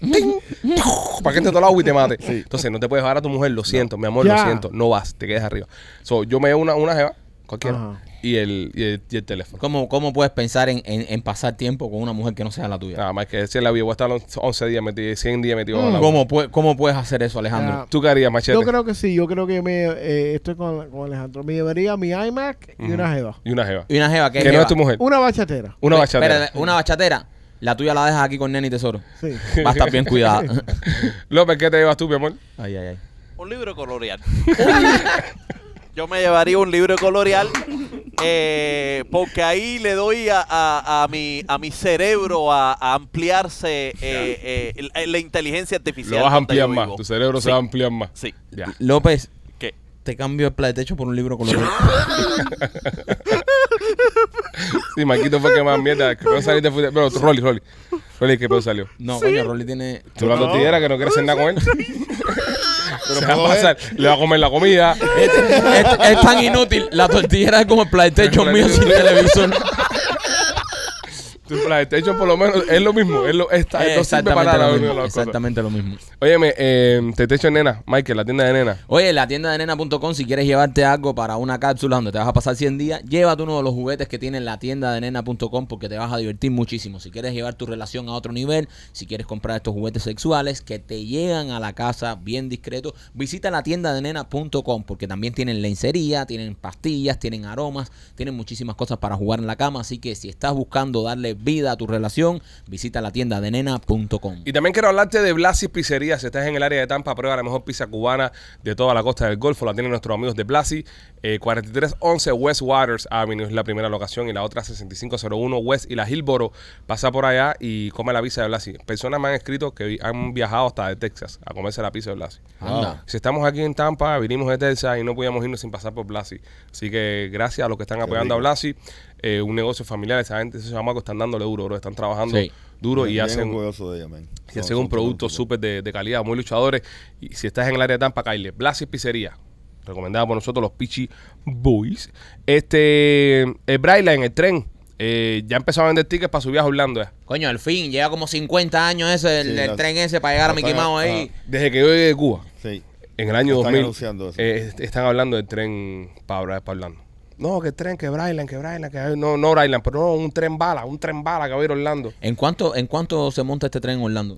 Para que entre todo el agua y te mate. Entonces, no te puedes bajar a tu mujer. Lo siento, mi amor,
Ya.
lo siento. No vas, te quedas arriba. So, yo me llevo una, una jeva, cualquiera,
Ajá.
y el, y, el, y el teléfono.
¿Cómo, cómo puedes pensar en, en- en pasar tiempo con una mujer que no sea la tuya?
Nada más que decir la vida. Voy a estar 11 días metido, 100 días metido. en Ah, la
¿Cómo, pue- ¿Cómo puedes hacer eso,
Ya.
Alejandro?
¿Tú qué harías, machete?
Mm. Yo creo que sí, yo creo que me eh, estoy con, con Alejandro. Me llevaría mi iMac y una jeva.
Y una jeva.
Y una jeva que,
Que
es
no
jeva.
es tu mujer.
Una bachatera.
Una
Pe-
bachatera.
espérate, una bachatera, la tuya la dejas aquí con Nene y Tesoro.
Sí.
Va a estar bien cuidada.
López, ¿qué te llevas tú, mi amor?
ay, ay, ay.
Un libro coloreal. Yo me llevaría un libro coloreal eh, porque ahí le doy a, a- a mi, a mi cerebro a, a ampliarse eh, eh, la, la inteligencia artificial.
Lo vas a
donde yo
ampliar más.
vivo.
Tu cerebro
Sí,
se va a ampliar más.
Sí.
Ya.
López,
¿Qué?
te cambio el platecho por un libro colorido.
Sí, Maquito fue que más mierda. Que peor saliste fuiste. Pero Rolly, Rolly. Rolly, ¿qué peor salió?
No, coño, Rolly tiene...
Tú la tortillera que no quieres hacer nada con él. Se va a
puedo
pasar. Le va a comer la comida.
Es, es- este, es tan inútil. La tortillera es como el platecho mío sin televisor.
Tú, PlayStation por lo menos es lo mismo. Es lo, está,
Eh,
no sirve para
exactamente,
nada
lo
una de
mismo,
las cosas.
exactamente lo mismo.
Óyeme, eh, Tetecho Nena, Michael, la tienda de Nena.
Oye, la tienda de nena.com, si quieres llevarte algo para una cápsula donde te vas a pasar 100 días, llévate uno de los juguetes que tiene la tienda de nena.com porque te vas a divertir muchísimo. Si quieres llevar tu relación a otro nivel, si quieres comprar estos juguetes sexuales que te llegan a la casa bien discreto, visita la tienda de nena.com porque también tienen lencería, tienen pastillas, tienen aromas, tienen muchísimas cosas para jugar en la cama. Así que si estás buscando darle vida a tu relación, visita la tienda de nena.com.
Y también quiero hablarte de Blasis Pizzería. Si estás en el área de Tampa, prueba la mejor pizza cubana de toda la costa del Golfo. La tienen nuestros amigos de Blasi. Eh, 4311 West Waters Avenue es la primera locación y la otra 6501 West y la Hillboro. Pasa por allá y come la pizza de Blasi. Personas me han escrito que vi- han viajado hasta de Texas a comerse la pizza de Blasi.
Anda.
Si estamos aquí en Tampa, vinimos de Texas y no podíamos irnos sin pasar por Blasi. Así que gracias a los que están apoyando a
rico.
Blasi. eh, un negocio familiar, esa gente, esos chamacos están dándole duro, bro. Están trabajando
Sí.
duro y
Bien
hacen
orgulloso de ella, man.
y
Son-
hacen
son
un producto
productos.
súper de, de calidad, muy luchadores. Y si estás en el área de Tampa, Kyle, Blas y Pizzería. Recomendada por nosotros los Pichi Boys. Este, el Brightline, el tren, eh, ya empezó a vender tickets para su viaje a Orlando. eh.
Coño, al fin, lleva como 50 años ese, el,
Sí,
el
la-
tren ese para llegar a
la
Mickey
están-
Mouse ahí.
Desde que yo llegué de Cuba,
Sí.
en el año
Están
2000,
anunciando eso.
eh, est- están hablando del tren para, para Orlando. No, que el tren, que Brightline, que Brightline, que no, no Brightline, pero no, un tren bala, un tren bala que va a ir a Orlando.
¿En cuánto, ¿En cuánto se monta este tren en Orlando?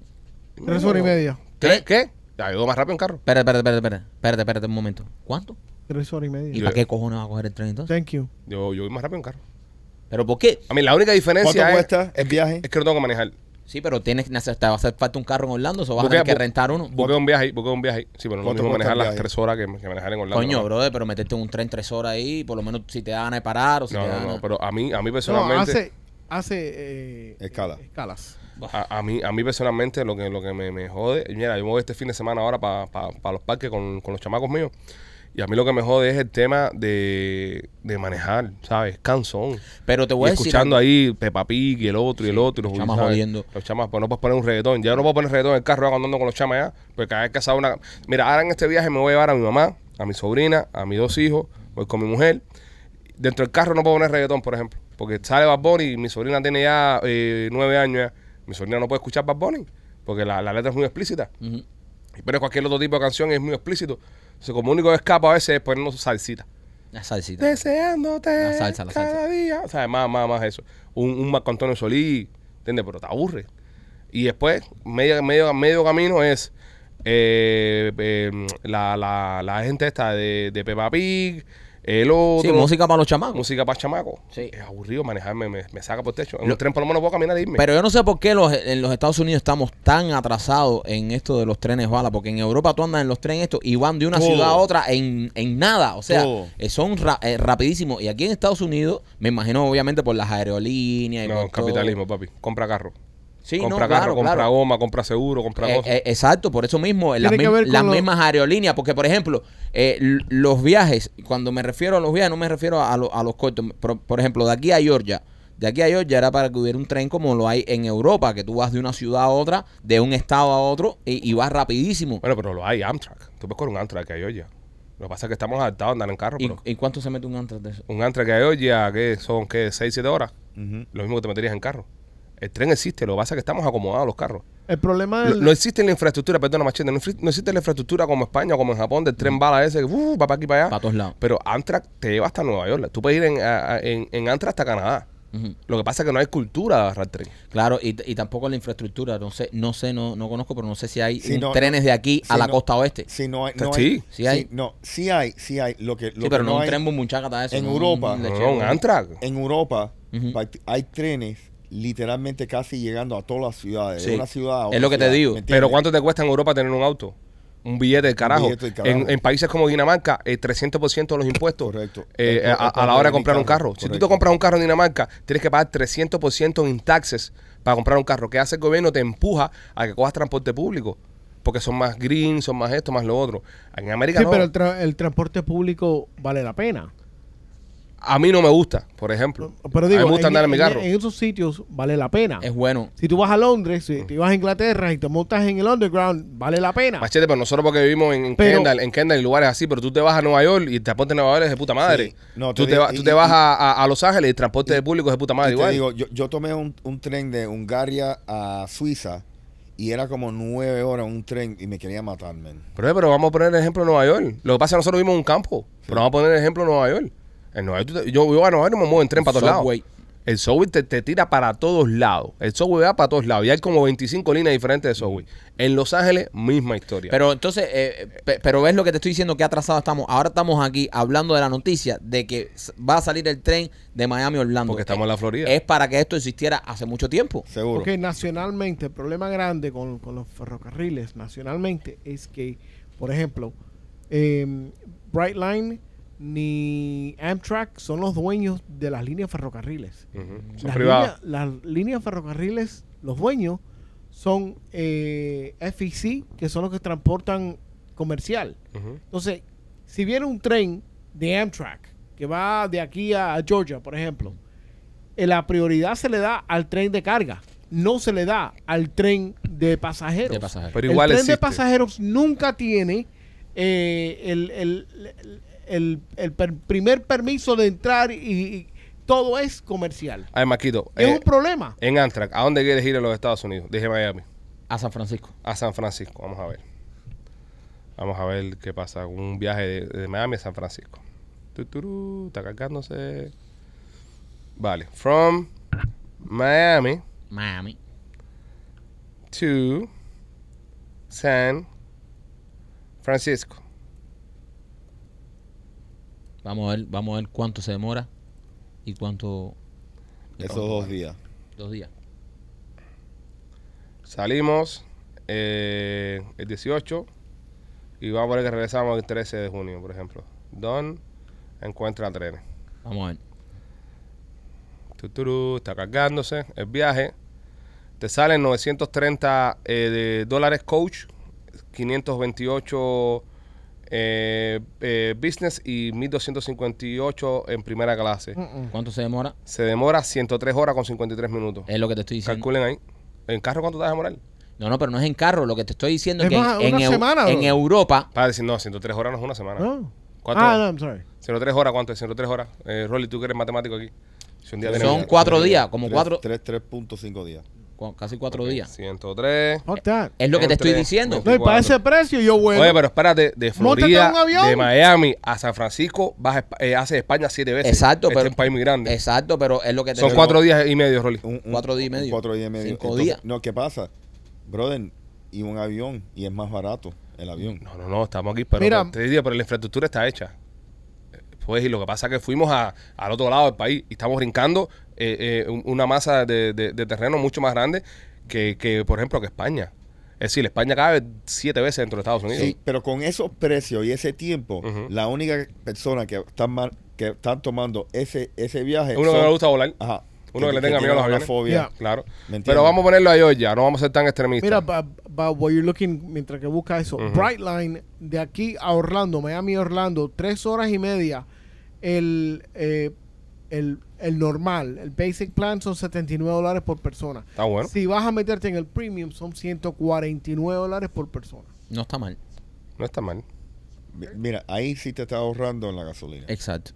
Tres horas y media.
¿Qué? ¿Qué? Ya llegó más rápido en carro.
Espérate, espérate, espérate, espérate, espérate, espérate un momento. ¿Cuánto?
Tres horas y media.
¿Y
Yo-
para qué cojones va a coger el tren entonces?
Thank you.
Yo, yo voy más rápido en carro.
¿Pero por qué?
A mí la única
¿Cuánto
diferencia es,
cuesta el viaje?
es que no tengo que manejar.
Sí, pero tienes que hacer, te va a hacer falta un carro en Orlando, o vas a
Busqué-
tener que
bu-
rentar uno.
Busqué un viaje ahí, busqué un viaje ahí. Sí, pero no es lo
¿Cuánto
mismo
cuesta
manejar
el
las
viaje?
tres horas que, que manejar en Orlando.
Coño,
¿no?
brother, pero meterte en un tren tres horas ahí, por lo menos si te dan a parar o si
No,
te
no,
dan
no,
a-
pero a mí, a mí
No,
personalmente,
hace, hace eh,
Escala.
escalas.
a, a mí, a mí personalmente lo que, lo que me, me jode, mira, yo me voy este fin de semana ahora para los parques con, con los chamacos míos. Y a mí lo que me jode es el tema de, de manejar, ¿sabes? Cansón.
Pero te
Y
voy a decir.
escuchando
algo.
ahí Peppa Pig y el otro y el otro. y
los
los
chamas
¿sabes?
jodiendo.
Los chamas, pues no puedes poner un reggaetón. Ya no puedo poner reggaetón en el carro ya cuando ando con los chamas ya. Porque cada vez que salgo una... Mira, ahora en este viaje me voy a llevar a mi mamá, a mi sobrina, a mis dos hijos, voy con mi mujer. Dentro del carro no puedo poner reggaetón, por ejemplo. Porque sale Bad Bunny y mi sobrina tiene ya eh, nueve años ya. Mi sobrina no puede escuchar Bad Bunny porque la, la letra es muy explícita.
Ujú.
Pero cualquier otro tipo de canción es muy explícito. Entonces, como único que escapa a veces es ponernos salsita.
La Ah, salsita.
Deseándote
La salsa, la
cada
salsa.
día. O sea, más, más, más eso. Un, un Marco Antonio Solís, ¿entiendes? Pero te aburre. Y después, medio, medio, medio camino es eh, eh, la, la, la gente esta de, de Peppa Pig, el otro.
Sí, música para los chamacos.
Música para chamaco.
Sí.
Es aburrido manejarme, me, me saca por techo. En
Lo-
un tren por lo menos puedo caminar e irme.
Pero yo no sé por qué los, en los Estados Unidos estamos tan atrasados en esto de los trenes bala, porque en Europa tú andas en los trenes estos y van de una
Todo.
ciudad a otra en, en nada, o sea,
Todo.
eh, son ra- eh, rapidísimos. Y aquí en Estados Unidos, me imagino obviamente por las aerolíneas y
no,
por eh, todo.
capitalismo, papi. Compra carro.
Sí, no,
compra carro,
claro,
compra
claro.
goma, compra seguro, compra
Eh,
cosas.
eh, exacto, por eso mismo, las,
Tiene que
mism-
ver con
las
lo-
mismas aerolíneas, porque por ejemplo, eh, l- los viajes, cuando me refiero a los viajes, no me refiero a, lo- a los cortos, por, por ejemplo, de aquí a Georgia, de aquí a Georgia era para que hubiera un tren como lo hay en Europa, que tú vas de una ciudad a otra, de un estado a otro, y, y vas rapidísimo.
Bueno, pero lo hay, Amtrak. Tú puedes con un Amtrak que hay hoy ya. Lo que pasa es que estamos adaptados a andar en carro,
¿Y,
pero...
y cuánto se mete un antes de eso?
Un Amtrak que hay hoy ya que son que 6, 7 horas.
Ujú.
Lo mismo que te meterías en carro. El tren existe, lo que pasa es que estamos acomodados a los carros.
El problema
No,
del,
no existe la infraestructura, perdona machete, no, infra- no existe la infraestructura como España, como en Japón, del tren bala ese, que, uh, va para aquí para allá.
Para todos lados.
Pero Amtrak te lleva hasta Nueva York. Tú puedes ir en, a- a- en, en Amtrak hasta Canadá.
Ujú.
Lo que pasa es que no hay cultura de agarrar tren.
Claro, y, t- y tampoco la infraestructura, no sé, no sé, no, no conozco, pero no sé si hay
Sí,
un-
no,
trenes
no.
de aquí a
Sí,
la
no.
costa oeste. Sí,
Sí, no hay.
Sí,
No hay,
Eh, sí hay.
no, sí hay, sí hay. Lo que, lo que
pero no, un
hay-
tren bumbuchacata eso.
en
no un
Europa.
No,
lechero.
un Amtrak.
En Europa
Ujú.
pa- hay trenes literalmente casi llegando a todas las ciudades.
Sí.
de Una ciudad a
Es
otra
lo que te
ciudad,
digo.
¿me entiendes?
Pero ¿cuánto te cuesta en Europa tener un auto? Un billete del carajo.
billete del carajo.
En, en países como Dinamarca, eh, el 300% de los impuestos
Correcto.
eh,
Es-
a,
es
a
para
la hora de
mi
comprar un
carro.
carro. Si tú te
Correcto.
compras un carro en Dinamarca, tienes que pagar 300% en taxes para comprar un carro. ¿Qué hace el gobierno? Te empuja a que cojas transporte público. Porque son más green, son más esto, más lo otro. En América
Sí,
no.
pero el, tra- el transporte público vale la pena.
A mí no me gusta, por ejemplo.
Pero digo,
a mí me gusta
en,
andar en mi
en-
carro.
en esos sitios vale la pena.
Es bueno.
Si tú vas a Londres,
Mm.
si te vas a Inglaterra y te montas en el underground, vale la pena.
Machete, pero nosotros porque vivimos en
Pero-
Kendall, en Kendall y lugares así, pero tú te vas a Nueva York y el transporte de Nueva York es de puta madre.
Sí. No, te
tú, te
digo-
va- tú
y-
te
y-
vas a, a- a Los Ángeles y el transporte de público es de puta madre
Y te
igual.
digo, yo, yo tomé un, un tren de Hungaria a Suiza y era como nueve horas un tren y me quería matar, man.
pero, pero vamos a poner el ejemplo de Nueva York. Lo que pasa es que nosotros vivimos en un campo, pero vamos a poner el ejemplo de Nueva York. En Nueva York tú te- yo, yo a Nueva York no me muevo en tren para todos
Subway.
lados. El subway te, te tira para todos lados. El subway va para todos lados. Y hay como 25 líneas diferentes de subway. En Los Ángeles, misma historia.
Pero entonces, eh, pe- pero ves lo que te estoy diciendo, que atrasado estamos. Ahora estamos aquí hablando de la noticia de que s- va a salir el tren de Miami a Orlando.
Porque estamos en la Florida.
Es para que esto existiera hace mucho tiempo.
Seguro.
Porque nacionalmente, el problema grande con, con los ferrocarriles nacionalmente es que, por ejemplo, eh, Brightline ni Amtrak son los dueños de las líneas ferrocarriles.
Ujú. Son
Las
privados.
líneas, las líneas ferrocarriles, los dueños son eh, FEC, que son los que transportan comercial.
Ujú.
Entonces, si viene un tren de Amtrak que va de aquí a Georgia, por ejemplo, eh, la prioridad se le da al tren de carga, no se le da al tren de pasajeros.
De pasajeros.
Pero igual
el tren de
existe.
pasajeros nunca tiene eh, el, el- el- el- el per- primer permiso de entrar y, y todo es comercial.
Ay, Maquito.
Es
eh,
un problema.
en Amtrak, ¿a dónde quieres ir en los Estados Unidos? Dije Miami.
A San Francisco.
a San Francisco. Vamos a ver. Vamos a ver qué pasa con un viaje de, de Miami a San Francisco. Tuturú, está cargándose. Vale. From Miami
Miami.
to San Francisco.
Vamos a ver, vamos a ver cuánto se demora y cuánto. y
Esos
cuánto-
dos días.
Dos días.
Salimos eh, el 18 y vamos a poner que regresamos el 13 de junio, por ejemplo. Don encuentra trenes.
Vamos a ver.
Tuturú, está cargándose el viaje. Te salen 930 eh, de dólares coach, 528 eh, eh, business y 1258 en primera clase.
Mm.
¿Cuánto se demora?
Se demora 103 horas con 53 minutos.
Es lo que te estoy diciendo.
Calculen ahí. ¿En carro cuánto te vas a demorar?
No, no, pero no es en carro. Lo que te estoy diciendo es,
Es
que en-
más,
en,
una
Eu-
semana,
en
bro.
Europa.
Para decir, no, 103 horas no es una semana.
¿No?
¿Cuánto?
Ah, no, I'm sorry.
103 horas, ¿cuánto es? 103 horas. Eh, Rolly, tú que eres matemático aquí. Si un día tenemos-
Son cuatro días, como
Tres-
cuatro-
tres- 3.5 días.
cu- Casi cuatro días.
103.
Fuck that.
Es lo que te
entre
estoy diciendo.
No, y para ese precio yo vuelvo.
Oye, pero espérate, de Florida,
en un avión.
de Miami a San Francisco, vas a Espa- eh, haces España siete veces.
Exacto,
Este
pero-
es un país muy grande.
Exacto, pero es lo que te
Son
digo.
cuatro días y medio, Rolly.
Un- un-
Cuatro días y
un
medio.
Cuatro días y medio.
Cinco
Entonces,
días.
No, ¿qué pasa? Brother, y un avión, y es más barato el avión.
No, no, no, estamos aquí, pero,
Mira.
te digo, pero la infraestructura está hecha. Eh, Pues, y lo que pasa es que fuimos a- al otro lado del país y estamos brincando eh, eh, un- una masa de, de- de terreno mucho más grande que, que, por ejemplo, que España. Es decir, España cabe siete veces dentro de Estados Unidos.
Sí, pero con esos precios y ese tiempo,
Ujú.
la única persona que están mal- que están tomando ese ese viaje
Uno que
son-
no le gusta volar.
Ajá.
Uno que le tenga miedo a los
tiene
aviones.
una fobia.
Yeah.
Claro.
¿Me entiendes?
Pero vamos a ponerlo a Georgia, no vamos a ser tan extremistas.
Mira, but, but what you're looking, mientras que busca eso,
Ujú.
Brightline de aquí a Orlando, Miami, Orlando, tres horas y media. El, eh, el, el normal, el basic plan son 79 dólares por persona.
Está bueno.
Si vas a meterte en el premium, son 149 dólares por persona.
No está mal.
No está mal.
Mi- Mira, ahí sí te estás ahorrando en la gasolina.
Exacto.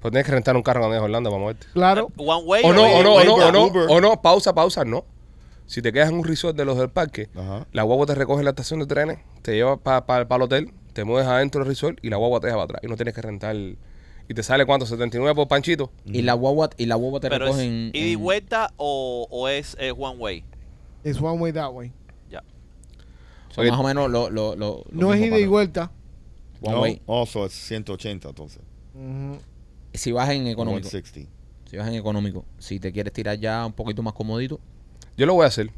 Pues tienes que rentar un carro cuando dejes Orlando para moverte.
Claro,
One way.
O no, o no, o no, o no,
Uber.
o no, pausa, pausa, no. Si te quedas en un resort de los del parque,
Ajá.
la guagua te recoge en la estación de trenes, te lleva para el hotel, te mueves adentro del resort y la guagua te deja para atrás. Y no tienes que rentar. ¿Y te sale cuánto? ¿79 por panchito?
Y la guagua, y la guagua te
Pero es
recogen.
ida y
en-
vuelta o, o es, eh, one way.
es one way that way.
Ya.
son más o menos lo, lo, lo- lo
No es
mismo
ida y
para-
vuelta.
One
No,
way.
Also, es 180 entonces.
Ujú.
Si vas en económico.
160.
Si vas en económico. Si te quieres tirar ya un poquito más comodito.
Yo lo voy a hacer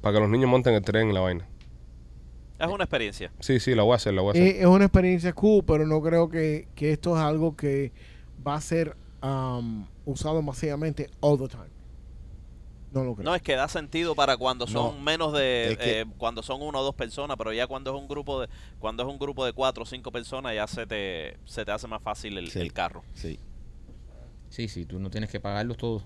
para que los niños monten el tren y la vaina.
Es una experiencia.
Sí, sí, la voy a hacer, la voy a hacer.
Eh, Es, es una experiencia cool, pero no creo que, que esto es algo que va a ser um, usado masivamente all the time. No lo creo.
No, es que da sentido para cuando son
No,
menos de
es que-
eh, cuando son una o dos personas, pero ya cuando es un grupo de cuando es un grupo de cuatro o cinco personas ya se te se te hace más fácil el,
Sí.
el carro.
Sí.
Sí, sí, tú no tienes que pagarlos todos.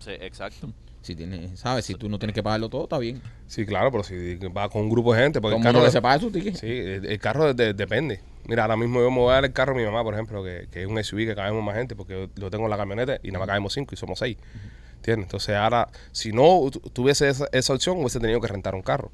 Sí, exacto.
Si tienes, ¿sabes? Si tú no tienes que pagarlo todo, está bien.
Sí, claro, pero si va con un grupo de gente, porque el
Como
carro,
no que
de-
se pague su ticket.
sí, el, el carro de- de- depende. Mira, ahora mismo yo me voy a dar el carro a mi mamá, por ejemplo, que, que es un SUV que cabemos más gente, porque yo lo tengo en la camioneta y nada más cabemos cinco y somos seis. ¿Entiendes? Entonces ahora, si no tu- tuviese esa, esa opción, hubiese tenido que rentar un carro.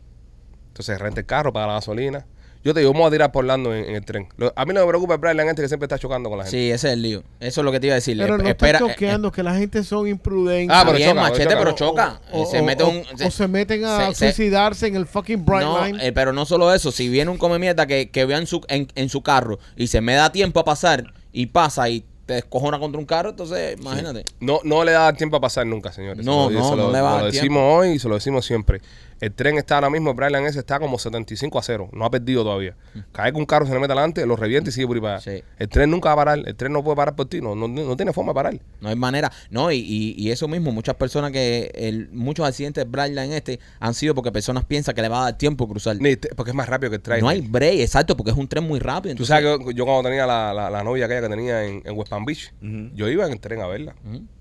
Entonces renta el carro, paga la gasolina. Yo te digo, vamos a tirar por Orlando en, en el tren. Lo- a mí no me preocupa el Brian gente que siempre está chocando con la gente.
Sí, ese es el lío. Eso es lo que te iba a decir.
Pero
Eh,
no
espera,
está
eh,
choqueando, que la gente son imprudentes.
Ah,
Está
pero
bien,
choca, pero
machete,
choca.
pero choca.
O,
Eh, se
o-
mete un.
o- o se meten a
se- se-
suicidarse en el fucking bright
no,
line.
eh, pero no solo eso. Si viene un come mierda que, que vea en su, en, en su carro y se me da tiempo a pasar y pasa y te descojona contra un carro, entonces imagínate.
No, no le da tiempo a pasar nunca, señores.
No,
Se lo-
no,
se lo-
no le va a
Lo
dar
decimos hoy y se lo decimos siempre. El tren está ahora mismo, Brian ese está como 75 a 0. No ha perdido todavía. Cae con un carro, se le mete adelante, lo revienta y sigue por ahí para allá.
Mm. Sí.
El tren nunca va a parar. El tren no puede parar por ti. No, no, no tiene forma de parar.
No hay manera. No, y, y- y eso mismo, muchas personas que. el- muchos accidentes de Brightline este han sido porque personas piensan que le va a dar tiempo a cruzar.
Ni te- porque es más rápido que el tren.
No hay break, exacto, porque es un tren muy rápido.
Tú
entonces-
sabes que yo, yo cuando tenía la, la- la novia aquella que tenía en, en West Palm Beach, yo iba en el tren a verla.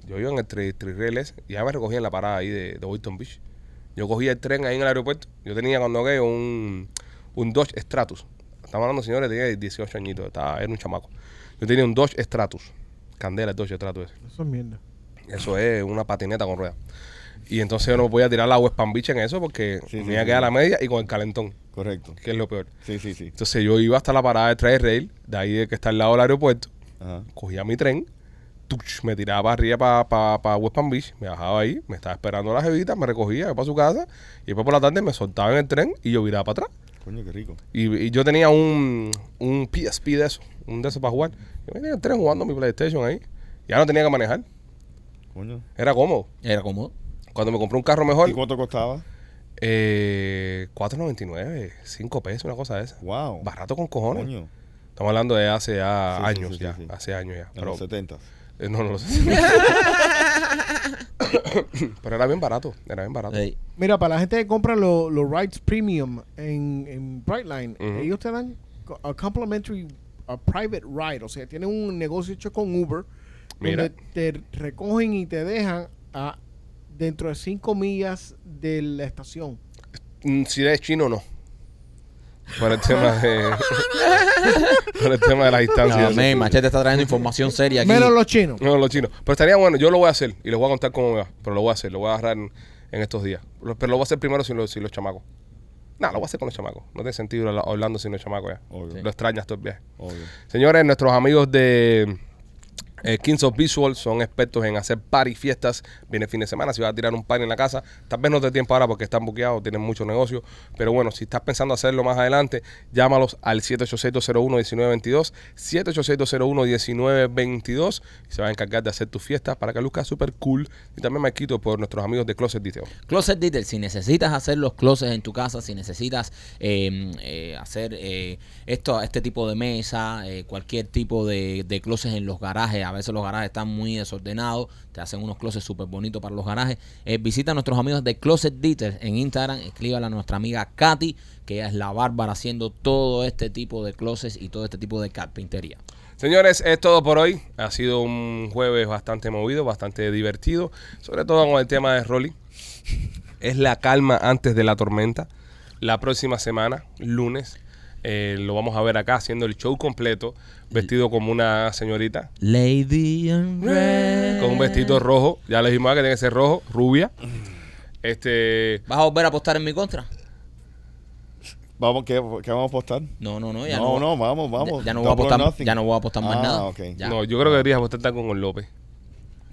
Yo iba en el tri, trirel ese, y ya me recogía en la parada ahí de, de Boynton Beach. Yo cogía el tren ahí en el aeropuerto. Yo tenía cuando aquello un, un Dodge Stratus. Estamos hablando, señores, tenía 18 añitos. Estaba, era un chamaco. Yo tenía un Dodge Stratus. Candela, el Dodge Stratus ese.
Eso es mierda.
Eso es una patineta con ruedas. Y entonces yo no voy a tirar la West Palm Beach en eso porque
Sí,
me
sí,
iba a
sí.
quedar a la media y con el calentón,
Correcto.
que es lo peor.
Sí, sí, sí.
Entonces yo iba hasta la parada de Trail Rail, de ahí de que está al lado del aeropuerto,
Ajá.
cogía mi tren, tuch, me tiraba para arriba para pa, pa West Palm Beach, me bajaba ahí, me estaba esperando la jevita, me recogía iba para su casa, y después por la tarde me soltaba en el tren y yo viraba para atrás.
Coño, qué rico.
Y, y yo tenía un, un PSP de eso, un de esos para jugar. Yo venía en el tren jugando mi PlayStation ahí, ya no tenía que manejar,
Coño.
era cómodo.
Era cómodo.
Cuando me compré un carro mejor,
¿Y cuánto costaba?
eh, 4.99, 5 pesos, una cosa de esa.
Wow.
Barato con cojones.
Coño.
Estamos hablando de hace ya
Sí, sí,
años,
sí, sí,
ya,
sí.
hace años ya.
En
Pero,
los 70.
eh, no, no lo sé. Pero era bien barato, era bien barato.
Ey.
Mira, para la gente que compra lo- los rights premium en, en Brightline,
Ujú.
ellos te dan co- a complimentary a private ride. O sea, tienen un negocio hecho con Uber
Mira.
donde te recogen y te dejan a dentro de 5 millas de la estación.
Mm, Si eres chino, no. Por el tema de. por el tema de la distancia.
No, men, Machete está trayendo información seria aquí.
Menos los chinos.
No, los chinos. Pero estaría bueno, yo lo voy a hacer y les voy a contar cómo me va. Pero lo voy a hacer, lo voy a agarrar en, en estos días. Lo- Pero lo voy a hacer primero sin los, sin los chamacos. No, lo voy a hacer con los chamacos. No tiene sentido habla- hablando sin los chamacos ya.
Obvio.
Lo extrañas todo el viaje.
Obvio.
Señores, nuestros amigos de eh, Kings of Visual son expertos en hacer party fiestas. Viene fin de semana, si vas a tirar un party en la casa, tal vez no te dé tiempo ahora porque están buqueados, tienen mucho negocio. Pero bueno, si estás pensando hacerlo más adelante, llámalos al 786-201-1922, 786-201-1922 y se va a encargar de hacer tu fiesta para que luzca súper cool. Y también me quito por nuestros amigos de Closet Detail.
Closet Detail, si necesitas hacer los closets en tu casa, si necesitas eh, eh, hacer eh, esto, este tipo de mesa, eh, cualquier tipo de, de closets en los garajes, a veces los garajes están muy desordenados, te hacen unos closets súper bonitos para los garajes, eh, visita a nuestros amigos de Closet Detail en Instagram, escríbala a nuestra amiga Katy, que ella es la bárbara haciendo todo este tipo de closets y todo este tipo de carpintería.
Señores, es todo por hoy. Ha sido un jueves bastante movido, bastante divertido, sobre todo con el tema de Rolly. Es la calma antes de la tormenta. La próxima semana, lunes, eh, lo vamos a ver acá haciendo el show completo, vestido como una señorita,
Lady in Red.
con un vestido rojo. Ya les dijimos que tiene que ser rojo, rubia. Este,
¿Vas a volver a apostar en mi contra?
Vamos, ¿qué, qué vamos a apostar?
No, no, no, ya
no,
no.
no, vamos, vamos.
Ya, ya no voy a
Double or
apostar,
nothing.
ya no voy a apostar más
Ah,
nada.
ok.
Ya.
no, yo creo que deberías apostarte algo con López.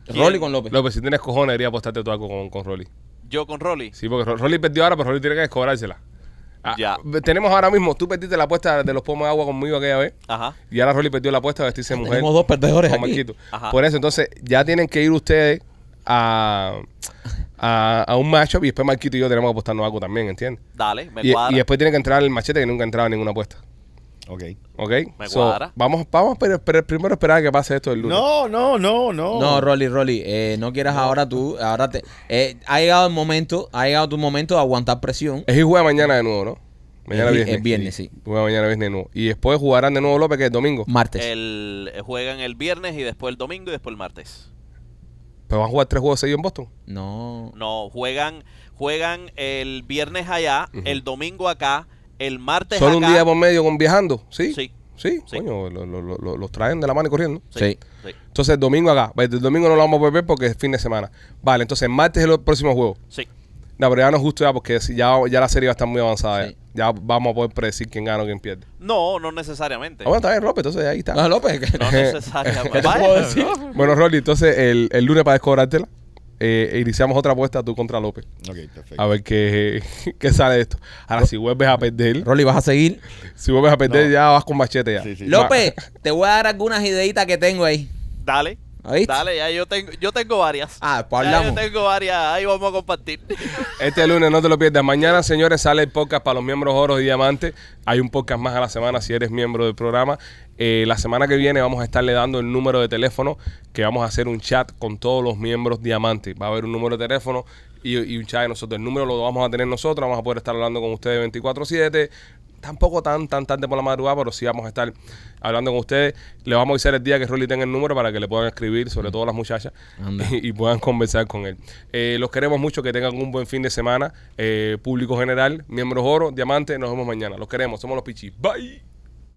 Rolly con López.
López, si tienes cojones, deberías apostarte tú algo con, con Rolly.
Yo con Rolly.
Sí, porque Ro- Rolly perdió ahora, pero Rolly tiene que descobrársela. Ah,
Ya.
ve- Tenemos ahora mismo, tú perdiste la apuesta de los pomos de agua conmigo aquella vez.
Ajá.
Y ahora Rolly perdió la apuesta de vestirse de mujer.
Tenemos dos perdedores
con
aquí.
Marquito.
Ajá.
Por eso, entonces, ya tienen que ir ustedes a, a, a un matchup y después Marquito y yo tenemos que apostarnos algo también, ¿entiendes?
Dale, me
Y,
cuadra.
y después tiene que entrar el machete que nunca ha entrado en ninguna apuesta.
Ok.
¿Ok?
Me cuadra.
Vamos, vamos pero, pero primero esperar a que pase esto el lunes.
No, no, no, no.
No, Rolly, Rolly, eh, no quieras ahora tú, ahora te... eh, ha llegado el momento, ha llegado tu momento de aguantar presión.
Es ir juega mañana de nuevo, ¿no? Mañana
Es vi-
viernes.
es viernes, sí.
Juega mañana viernes de nuevo. Y después jugarán de nuevo López, que es domingo.
Martes.
El, juegan el viernes y después el domingo y después el martes.
Pero van a jugar tres juegos seguidos en Boston.
No.
No, juegan, juegan el viernes allá, el domingo acá, el martes
Solo
acá.
un día por medio con viajando, ¿sí?
Sí.
Sí,
Sí.
coño, lo- lo- lo- lo- los traen de la mano y corriendo.
Sí.
sí.
Entonces, el domingo acá. Vale, El domingo no lo vamos a volver porque es fin de semana. Vale, entonces, martes es el próximo juego.
sí.
No, pero ya no es justo ya porque si ya, ya la serie va a estar muy avanzada. ya.
Sí.
Ya. vamos a poder predecir quién gana o quién pierde.
No, no necesariamente.
Ah, bueno, está bien, López, entonces ahí está.
No, López. que-
No necesariamente.
¿Qué te
Vaya,
puedo decir?
¿no?
Bueno, Rolly, entonces el, el lunes para descobrártela, eh, iniciamos otra apuesta tú contra López.
Ok, perfecto.
A ver qué, qué sale de esto. Ahora, si vuelves a perder,
Rolly, vas a seguir.
si vuelves a perder,
No.
ya vas con machete ya.
Sí, sí.
López, te voy a dar algunas ideitas que tengo ahí.
Dale.
¿Oíste?
Dale, ya yo tengo, yo tengo varias.
Ah, después
Ya
hablamos.
yo tengo varias, ahí vamos a compartir.
Este lunes no te lo pierdas. Mañana, señores, sale el podcast para los miembros oros y diamantes. Hay un podcast más a la semana si eres miembro del programa. Eh, la semana que viene vamos a estarle dando el número de teléfono que vamos a hacer un chat con todos los miembros diamantes. Va a haber un número de teléfono y, y un chat de nosotros. El número lo vamos a tener nosotros. Vamos a poder estar hablando con ustedes 24-7. Tampoco tan tan tarde por la madrugada, pero sí vamos a estar hablando con ustedes. Le vamos a avisar el día que Rolly tenga el número para que le puedan escribir, sobre todo las muchachas,
Anda.
y, y puedan conversar con él. Eh, los queremos mucho, que tengan un buen fin de semana. Eh, público general, miembros oro, diamante, nos vemos mañana. Los queremos, somos los Pichis. Bye.